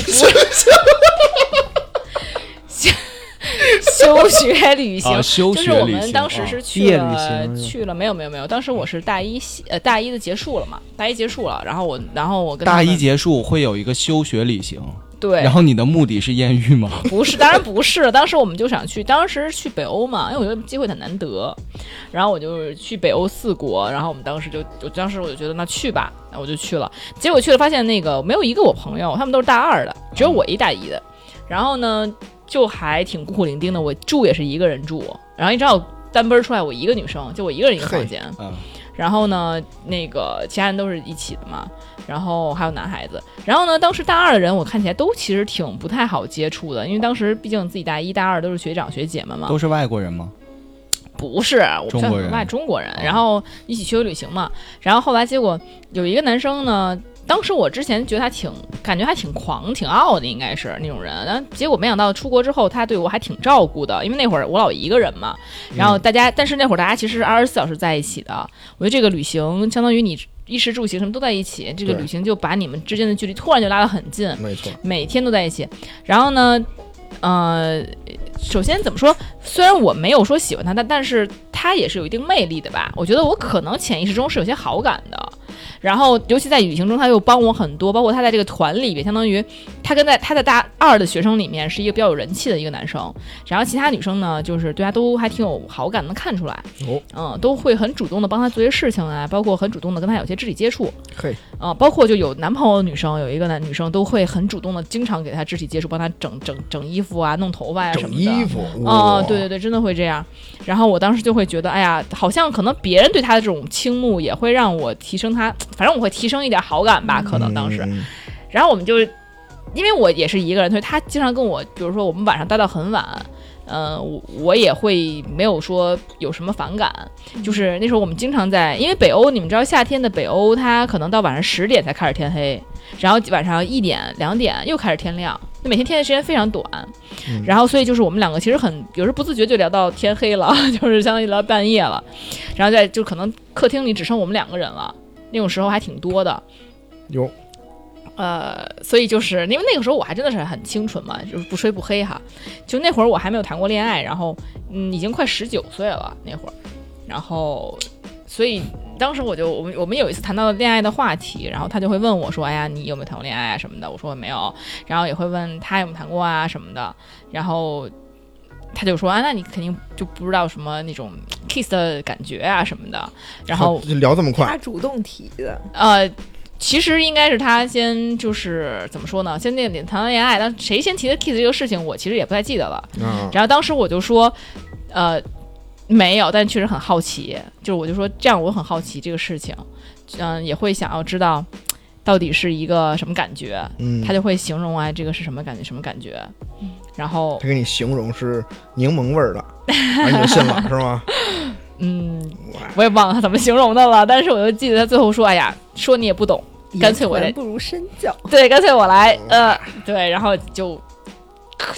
休学旅行。啊，休就是学我旅们行。当时啊是毕去业旅了、行是吧去了，没有没有没有，当时我是大一系呃大一的结束了嘛，大一结束了，然后我然后我跟他大们一结束会有一个休学旅行，对，然后你的目的是艳遇吗？不是，当然不是了。当时我们就想去，当时去北欧嘛，因为我觉得机会很难得。然后我就去北欧四国，然后我们当时就，我当时我就觉得那去吧，那我就去了。结果去了发现那个没有一个我朋友，他们都是大二的，只有我一大一的。然后呢，就还挺孤苦伶仃的。我住也是一个人住，然后一找单奔儿出来，我一个女生，就我一个人一个房嘿间。嗯，然后呢，那个其他人都是一起的嘛，然后还有男孩子。然后呢，当时大二的人我看起来都其实挺不太好接触的，因为当时毕竟自己大一、大二都是学长学姐们嘛。都是外国人吗？不是，我不中算国很人哦外中国人，然后一起去旅行嘛。然后后来结果有一个男生呢，当时我之前觉得他挺感觉他挺狂、挺傲的，应该是那种人。然后结果没想到出国之后，他对我还挺照顾的，因为那会儿我老一个人嘛。嗯然后大家，但是那会儿大家其实二十四小时在一起的。我觉得这个旅行相当于你衣食住行什么都在一起，这个对旅行就把你们之间的距离突然就拉得很近。没错，每天都在一起。然后呢，呃，首先怎么说？虽然我没有说喜欢他，但但是他也是有一定魅力的吧？我觉得我可能潜意识中是有些好感的。然后，尤其在旅行中，他又帮我很多，包括他在这个团里边，相当于他跟在他在大二的学生里面是一个比较有人气的一个男生。然后其他女生呢，就是对他都还挺有好感，能看出来，哦嗯，都会很主动的帮他做些事情啊，包括很主动的跟他有些肢体接触。嘿，啊、包括就有男朋友的女生，有一个男女生都会很主动的，经常给他肢体接触，帮他整整整衣服啊、弄头发呀、什整么的。衣服。哦哇，对对对，真的会这样。然后我当时就会觉得，哎呀，好像可能别人对他的这种倾慕也会让我提升他，反正我会提升一点好感吧，可能当时。嗯然后我们就因为我也是一个人，所以他经常跟我，比如说我们晚上待到很晚，嗯、我我也会没有说有什么反感，就是那时候我们经常在，因为北欧你们知道夏天的北欧，它可能到晚上十点才开始天黑，然后晚上一点两点又开始天亮，那每天天黑时间非常短，然后所以就是我们两个其实很有时候不自觉就聊到天黑了，就是相当于聊到半夜了，然后再就可能客厅里只剩我们两个人了，那种时候还挺多的，有呃，所以就是因为那个时候我还真的是很清纯嘛，就是不吹不黑哈。就那会儿我还没有谈过恋爱，然后嗯，已经快十九岁了那会儿，然后所以当时我就我们我们有一次谈到恋爱的话题，然后他就会问我说：“哎呀，你有没有谈过恋爱啊什么的？”我说没有，然后也会问他有没有谈过啊什么的，然后。他就说啊，那你肯定就不知道什么那种 kiss 的感觉啊什么的，然后就聊这么快他，主动提的，呃，其实应该是他先就是怎么说呢，先那里谈完恋爱，但谁先提的 kiss 这个事情，我其实也不太记得了。啊，然后当时我就说，呃，没有，但确实很好奇，就是我就说这样我很好奇这个事情，嗯、也会想要知道到底是一个什么感觉，嗯，他就会形容啊这个是什么感觉，什么感觉，然后他给你形容是柠檬味 儿的，然后你就信了是吗？嗯，我也忘了他怎么形容的了，但是我就记得他最后说，哎呀，说你也不懂。干脆我来言传不如身教。 对，干脆我来，哦呃，对，然后就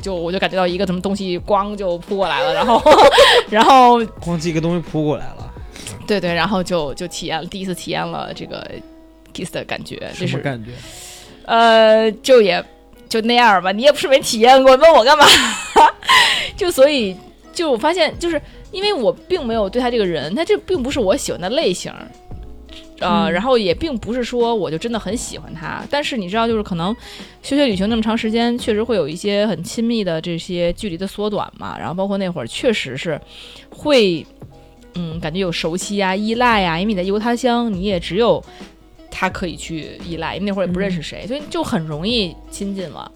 就我就感觉到一个什么东西咣就扑过来了，然后 然后咣叽一个东西扑过来了，对对，然后就就体验了第一次体验了这个 kiss 的感觉，就什么是感觉？呃，就也就那样吧，你也不是没体验过，问我干嘛？ 就所以就我发现，就是因为我并没有对他这个人，他这并不是我喜欢的类型。呃，嗯然后也并不是说我就真的很喜欢他，但是你知道，就是可能休学旅行那么长时间，确实会有一些很亲密的这些距离的缩短嘛。然后包括那会儿确实是会，嗯，感觉有熟悉啊、依赖啊，因为你在异国他乡，你也只有他可以去依赖，因为那会儿也不认识谁，所以就很容易亲近了。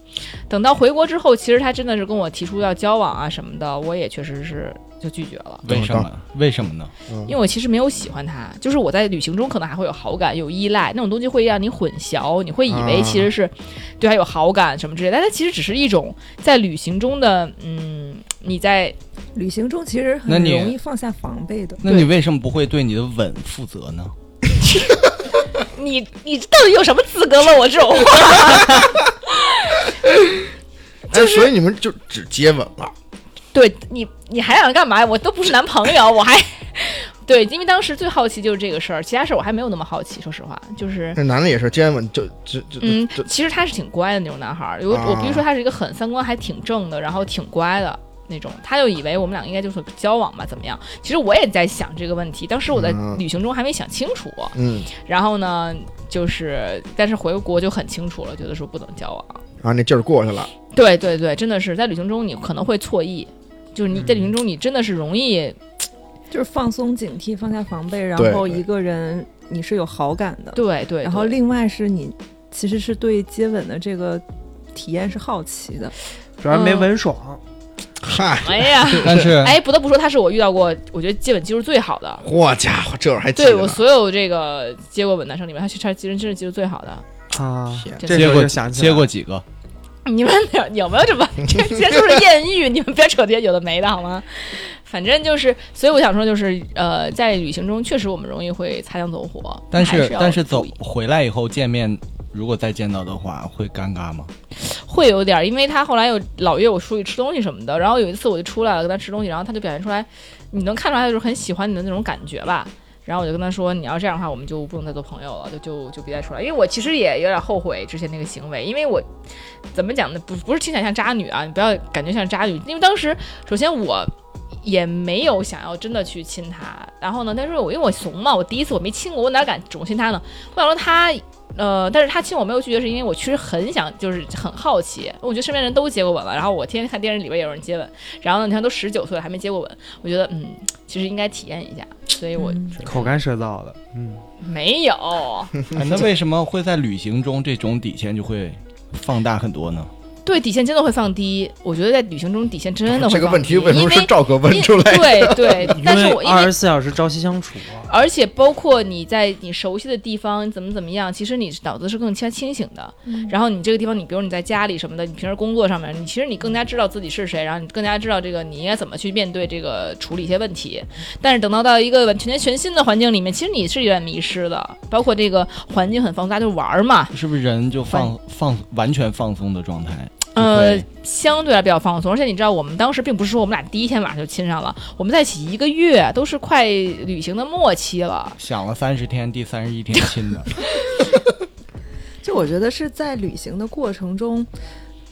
等到回国之后，其实他真的是跟我提出要交往啊什么的，我也确实是就拒绝了。为什么？为什么呢？嗯因为我其实没有喜欢他，就是我在旅行中可能还会有好感、有依赖那种东西，会让你混淆，你会以为其实是对他有好感什么之类的，但它其实只是一种在旅行中的，嗯，你在旅行中其实很那你容易放下防备的，那你为什么不会对你的吻负责呢？你你到底有什么资格问我这种话？哎，所以你们就只接吻了，对你你还想干嘛？我都不是男朋友，我还对，因为当时最好奇就是这个事儿，其他事儿我还没有那么好奇，说实话，就是那男的也是接完吻就就就嗯就，其实他是挺乖的那种男孩儿。有我呃啊比如说他是一个很三观还挺正的，然后挺乖的那种，他就以为我们俩应该就是交往吧，怎么样？其实我也在想这个问题，当时我在嗯旅行中还没想清楚。嗯，然后呢，就是但是回国就很清楚了，觉得说不能交往。然后那劲儿过去了，对对对，真的是在旅行中你可能会错意，就是你在嗯旅行中你真的是容易就是放松警惕，放下防备，然对后对一个人你是有好感的，对对，然后对另外是你其实是对接吻的这个体验是好奇的，主要是没嗯闻爽，嗨，哎呀，但是哎，不得不说他是我遇到过我觉得接吻技术最好的。我家伙这会儿还记对得我呢，所有这个接过吻男生里面，他去他其实真是技术最好的。啊，天这时接候过就想起来接过几个？你们有有没有这么这这就是艳遇？你们别扯这些有的没的好吗？反正就是，所以我想说，就是呃，在旅行中确实我们容易会擦枪走火，但还是要但是走注意回来以后见面，如果再见到的话，会尴尬吗？会有点儿，因为他后来又老约我出去吃东西什么的，然后有一次我就出来了跟他吃东西，然后他就表现出来，你能看出来他就是很喜欢你的那种感觉吧。然后我就跟他说，你要这样的话，我们就不能再做朋友了，就就就别再出来。因为我其实也有点后悔之前那个行为，因为我怎么讲呢，不不是听起来像渣女啊，你不要感觉像渣女，因为当时首先我也没有想要真的去亲他，然后呢，但是我因为我怂嘛，我第一次我没亲过，我哪敢主动亲他呢？我想说他呃，但是他亲我没有拒绝，是因为我其实很想，就是很好奇。我觉得身边人都接过吻了，然后我天天看电视里边有人接吻，然后呢，你看都十九岁了还没接过吻，我觉得嗯，其实应该体验一下，所以我嗯口干舌燥的，嗯，没有。哎，那为什么会在旅行中这种底线就会放大很多呢？对底线真的会放低。我觉得在旅行中底线真的会放低。这个问题为什么因是赵哥问因出来的？对 对，但是因我为因二为十四小时朝夕相处啊，而且包括你在你熟悉的地方怎么怎么样，其实你脑子是更加清醒的。然后你这个地方，你比如你在家里什么的，你平时工作上面，你其实你更加知道自己是谁，然后你更加知道这个你应该怎么去面对这个处理一些问题。但是等到到一个完全全新的环境里面，其实你是有点迷失的。包括这个环境很放大，就是玩儿嘛，是不是人就放放完全放松的状态？呃会，相对来比较放松，而且你知道，我们当时并不是说我们俩第一天晚上就亲上了，我们在一起一个月，都是快旅行的末期了。想了三十天，第三十一天 亲的，就我觉得是在旅行的过程中，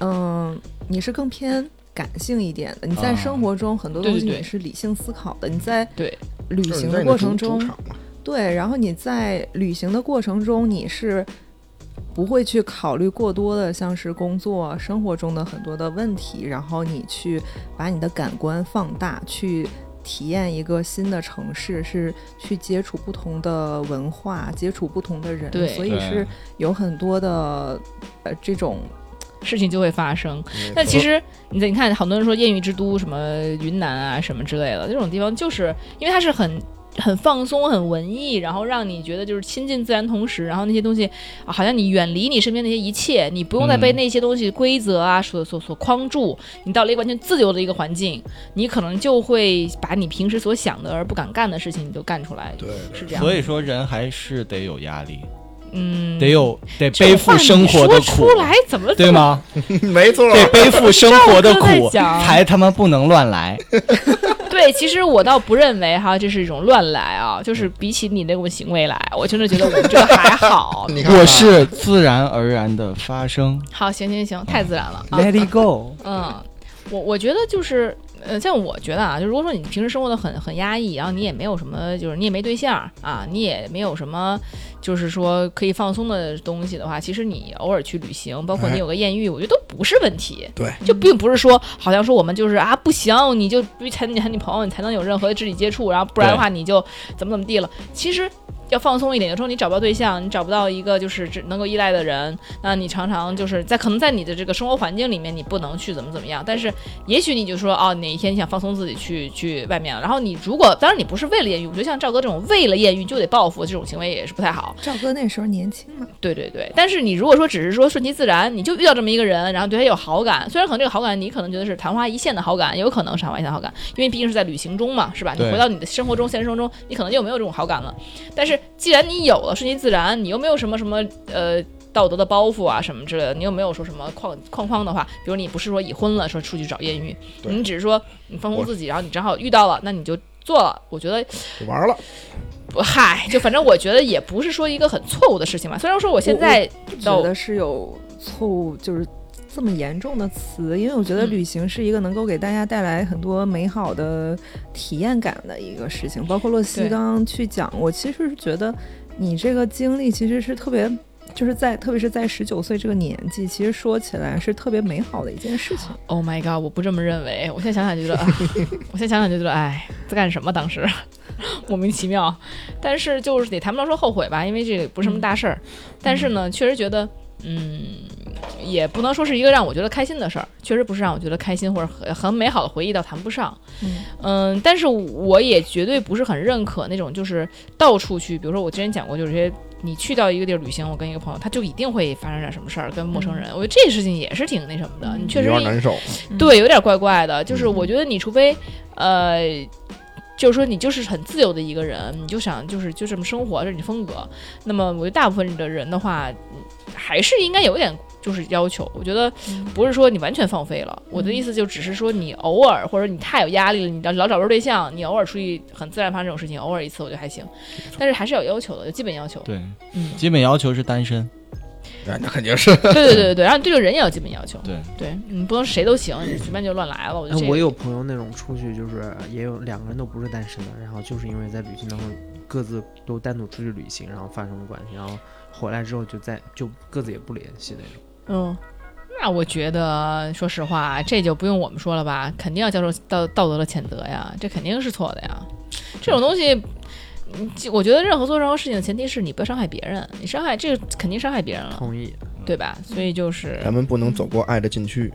嗯、你是更偏感性一点的。你在啊生活中很多对东对西对你是理性思考的，你在对旅就是行你在的你的过主程主中，场嘛，对，然后你在旅行的过程中，你是不会去考虑过多的，像是工作、生活中的很多的问题，然后你去把你的感官放大，去体验一个新的城市，是去接触不同的文化，接触不同的人，对所以对是有很多的呃这种事情就会发生。嗯但其实你在你看，好多人说艳遇之都什么云南啊什么之类的，这种地方就是因为它是很。很放松，很文艺，然后让你觉得就是亲近自然，同时，然后那些东西、啊好像你远离你身边那些一切，你不用再被嗯那些东西规则啊、所所所框住，你到了一个完全自由的一个环境，你可能就会把你平时所想的而不敢干的事情，你就干出来，对， 是这样。所以，说人还是得有压力，嗯，得有得这背种话负生活的你苦说出，来怎么 对吗？没错，。得背负生活的赵哥苦，在讲才他妈不能乱来。 对，其实我倒不认为哈，这是一种乱来啊，就是比起你那种行为来，我真的觉得我们这个还好 你看啊我是自然而然的发生好，行行行，太自然了 啊。，Let it go。嗯，我我觉得就是，呃，像我觉得啊，就如果说你平时生活的很很压抑，然后你也没有什么，就是你也没对象啊，你也没有什么，就是说可以放松的东西的话，其实你偶尔去旅行，包括你有个艳遇，我觉得都不是问题。对，就并不是说好像说我们就是啊不行，你就必须谈你谈女朋友，你才能有任何的肢体接触，然后不然的话你就怎么怎么地了。其实。要放松一点，有时候你找不到对象，你找不到一个就是只能够依赖的人，那你常常就是在可能在你的这个生活环境里面，你不能去怎么怎么样，但是也许你就说哦，哪一天你想放松自己去去外面了，然后你如果当然你不是为了艳遇，我觉得像赵哥这种为了艳遇就得报复这种行为也是不太好。赵哥那时候年轻嘛，对对对，但是你如果说只是说顺其自然，你就遇到这么一个人，然后对他有好感，虽然可能这个好感你可能觉得是昙花一现的好感，也有可能是昙花一现的好感，因为毕竟是在旅行中嘛，是吧？你对回到你的生活中、现实生活中，你可能就没有这种好感了。但是既然你有了，顺其自然，你又没有什么什么呃道德的包袱啊什么之类的，你又没有说什么框框框的话，比如你不是说已婚了说出去找艳遇，对你只是说你放松我自己，然后你正好遇到了，那你就做了。我觉得玩了，不嗨，就反正我觉得也不是说一个很错误的事情吧。虽然说我现在觉到得是有错误，就是这么严重的词，因为我觉得嗯旅行是一个能够给大家带来很多美好的体验感的一个事情。包括洛西对刚刚去讲，我其实是觉得你这个经历其实是特别。就是在，特别是在十九岁这个年纪，其实说起来是特别美好的一件事情。 Oh my god！我不这么认为。我现在想想就觉得，啊我现在想想就觉得，哎，在干什么？当时 莫名其妙。但是就是也谈不到说后悔吧，因为这个不是什么大事儿。但是呢，确实觉得，嗯，也不能说是一个让我觉得开心的事儿，确实不是让我觉得开心或者很很美好的回忆，倒谈不上。嗯嗯，但是我也绝对不是很认可那种就是到处去，比如说我之前讲过，就是这些你去到一个地儿旅行，我跟一个朋友，他就一定会发生点什么事儿，跟陌生人，我觉得这事情也是挺那什么的，你确实有点也难受，对，有点怪怪的。就是我觉得你除非，呃，就是说你就是很自由的一个人，你就想就是就这么生活，这是你风格。那么我觉得大部分的人的话，嗯还是应该有点就是要求。我觉得嗯不是说你完全放飞了，我的意思就只是说你偶尔或者你太有压力了，你老老找不着对象，你偶尔出去很自然发生这种事情，偶尔一次我觉得还行，但是还是有要求的，有基本要求。对，嗯，基本要求是单身。哎那肯定是对对对对对，然后你对这个人也有基本要求。对，对，你不能谁都行，你随便就乱来了。我觉哎得这，个我有朋友那种出去就是也有两个人都不是单身的，然后就是因为在旅行当中各自都单独出去旅行，然后发生了关系，然后回来之后就再就各自也不联系那种。嗯，那我觉得，说实话，这就不用我们说了吧，肯定要遭受道道德的谴责呀，这肯定是错的呀。这种东西，嗯我觉得任何做任何事情的前提是你不要伤害别人，你伤害这个肯定伤害别人了。同意，对吧？所以就是 咱们不能走过爱的禁区。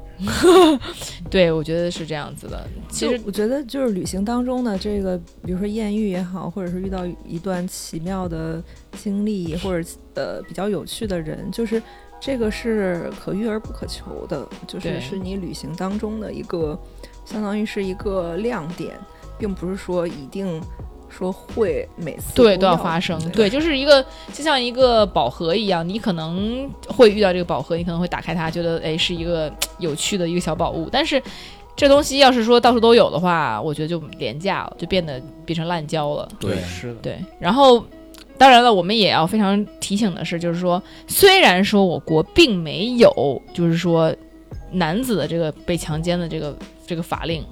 对，我觉得是这样子的。其就实我觉得就是旅行当中的这个，比如说艳遇也好，或者是遇到一段奇妙的经历，或者呃比较有趣的人，就是这个是可遇而不可求的，就是对是你旅行当中的一个，相当于是一个亮点，并不是说一定说会每次对都都要发生，对对，就是一个就像一个饱和一样，你可能会遇到这个饱和，你可能会打开它，觉得哎是一个嘖有趣的一个小宝物，但是这东西要是说到处都有的话，我觉得就廉价了，就变得变成滥交了。对是的，对，然后当然了，我们也要非常提醒的是，就是说，虽然说我国并没有，就是说男子的这个被强奸的这个这个法令。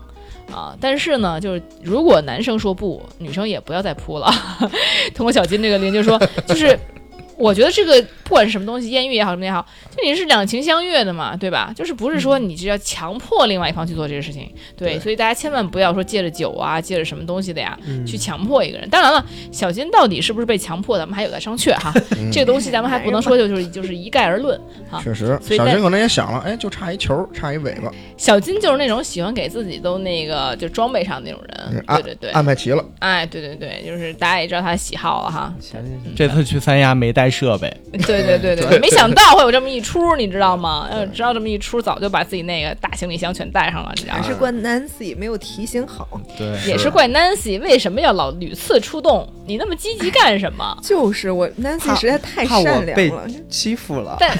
啊，但是呢，就是如果男生说不，女生也不要再扑了。 通过小金这个零，就说，就是 我觉得这个不管是什么东西，艳遇也好，什么也好，这你是两情相悦的嘛，对吧？就是不是说你是要强迫另外一方去做这个事情，对，对所以大家千万不要说借着酒啊，借着什么东西的呀，嗯去强迫一个人。当然了，小金到底是不是被强迫，咱们还有待商榷 哈。嗯这个东西咱们还不能说就就是就是一概而论。确实，所以小在金可能也想了，哎，就差一球，差一尾巴，小金就是那种喜欢给自己都那个就装备上的那种人，啊对对对，安排 齐了。哎，对对对，就是大家也知道他的喜好了 哈。行行行，这次去三亚没带设备，对对对对，对没想到会有这么一出，你知道吗？要知道这么一出，早就把自己那个大行李箱全带上了，你知道还吗？是怪 Nancy 没有提醒好，对也哎是怪 Nancy 为什么要老屡次出动，你那么积极干什么？就是我 Nancy 实在太怕我善良被了，嗯欺负了。但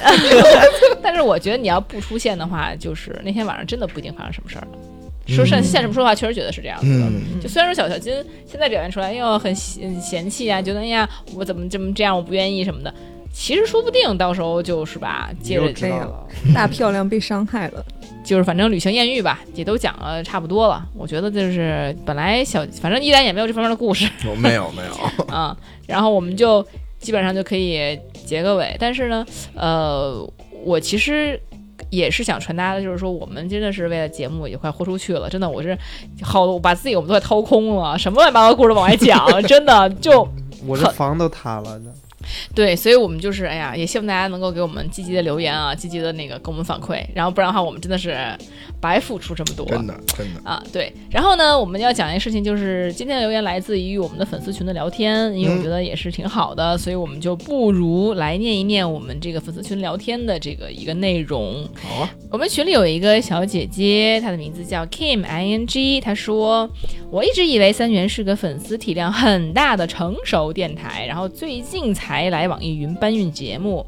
但是我觉得你要不出现的话，就是那天晚上真的不一定发生什么事儿了。说现现在这么说的话，确实觉得是这样子的。嗯就虽然说小小金现在表现出来，哎呦很嫌嫌弃啊，觉得哎呀我怎么这么这样，我不愿意什么的。其实说不定到时候就是吧，接你着又知道了，大漂亮被伤害了，就是反正旅行艳遇吧，也都讲了差不多了。我觉得就是本来小反正依然也没有这方面的故事，有哦没有 没有？啊，然后我们就基本上就可以结个尾。但是呢，呃，我其实也是想传达的，就是说我们真的是为了节目也快豁出去了，真的，我是好，我把自己我们都快掏空了，什么乱七八糟故事都往外讲，真的就我这房都塌了呢。对，所以我们就是哎呀，也希望大家能够给我们积极的留言啊，积极的那个给我们反馈，然后不然的话，我们真的是白付出这么多。真的真的，啊，对。然后呢，我们要讲一个事情，就是今天的留言来自于我们的粉丝群的聊天，因为嗯我觉得也是挺好的，所以我们就不如来念一念我们这个粉丝群聊天的这个一个内容。好啊，我们群里有一个小姐姐，她的名字叫 Kim I N G，她说：“我一直以为三元是个粉丝体量很大的成熟电台，然后最近才来网易云搬运节目。”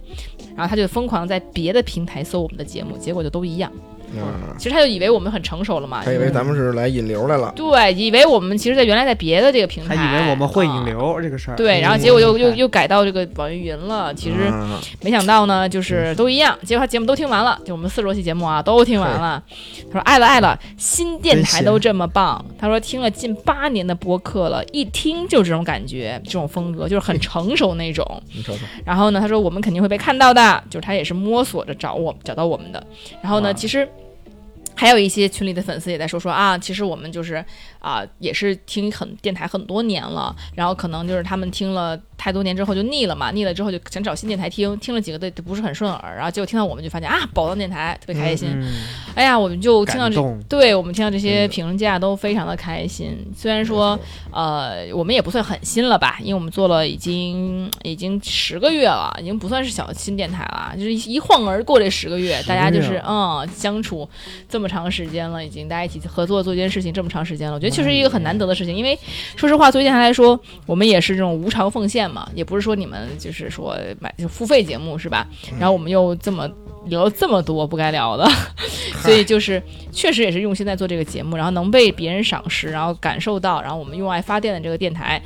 然后她就疯狂在别的平台搜我们的节目，结果就都一样。嗯，其实她就以为我们很成熟了嘛，他以为咱们是来引流来了，对，以为我们其实，在原来在别的这个平他台，以为我们会啊引。流这个事儿，对，然后结果又又嗯又改到这个网易云了。其实嗯没想到呢，就是都一样。结果他节目都听完了，就我们四十多期节目啊，都听完了。他说爱了爱了，新电台都这么棒。他说听了近八年的播客了，一听就这种感觉，这种风格就是 很成熟那种。你瞅瞅，然后呢，他说我们肯定会被看到的，就是他也是摸索着找我找到我们的。然后呢，哇其实还有一些群里的粉丝也在说说啊，其实我们就是啊、也是听很电台很多年了，然后可能就是他们听了太多年之后就腻了嘛，腻了之后就想找新电台听，听了几个的不是很顺耳，然后结果听到我们就发现啊，宝藏电台特别开心，嗯哎呀，我们就听到感这。动，对我们听到这些嗯评价都非常的开心，虽然说，呃，我们也不算很新了吧，因为我们做了已经已经十个月了，已经不算是小新电台了，就是一一晃而过这十个月，十个大月家就是嗯相处这么长时间了，已经大家一起合作做一件事情这么长时间了，我觉得确实是一个很难得的事情，因为说实话，作为电台来说，我们也是这种无偿奉献嘛，也不是说你们就是说买就付费节目是吧？嗯然后我们又这么聊了这么多不该聊的，所以就是确实也是用心在做这个节目，然后能被别人赏识，然后感受到，然后我们用爱发电的这个电台。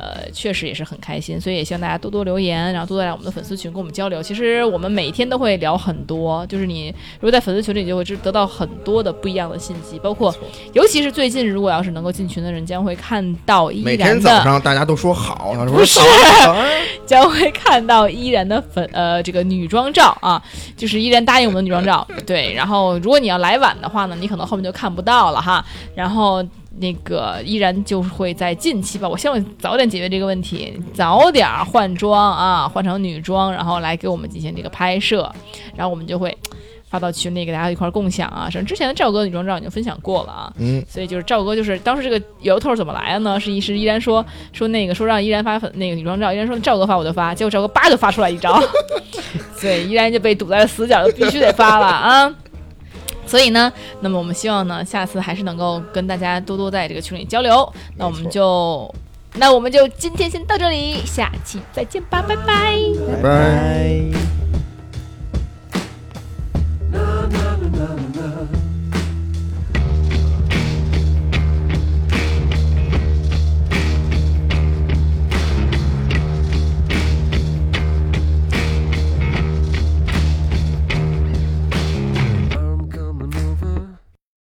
呃，确实也是很开心，所以也希望大家多多留言，然后多多来我们的粉丝群跟我们交流。其实我们每天都会聊很多，就是你如果在粉丝群里，你就会知得到很多的不一样的信息，包括尤其是最近，如果要是能够进群的人，将会看到依每然天早的，上大家都说好，然后不说是早早安将会看到依然的粉呃这个女装照啊，就是依然答应我们的女装照。对，然后如果你要来晚的话呢，你可能后面就看不到了哈。然后那个依然就是会在近期吧，我希望早点解决这个问题，早点儿换装啊，换成女装，然后来给我们进行这个拍摄，然后我们就会发到群里给大家一块儿共享啊。什么之前的赵哥女装照已经分享过了啊，嗯，所以就是赵哥，就是当时这个由头怎么来的呢？是一是依然说说那个说让依然发粉那个女装照，依然说赵哥发我就发，结果赵哥叭就发出来一张，所以依然就被堵在了死角，就必须得发了啊。所以呢，那么我们希望呢，下次还是能够跟大家多多在这个群里交流。那我们就，那我们就今天先到这里，下期再见吧，拜拜。拜拜。拜。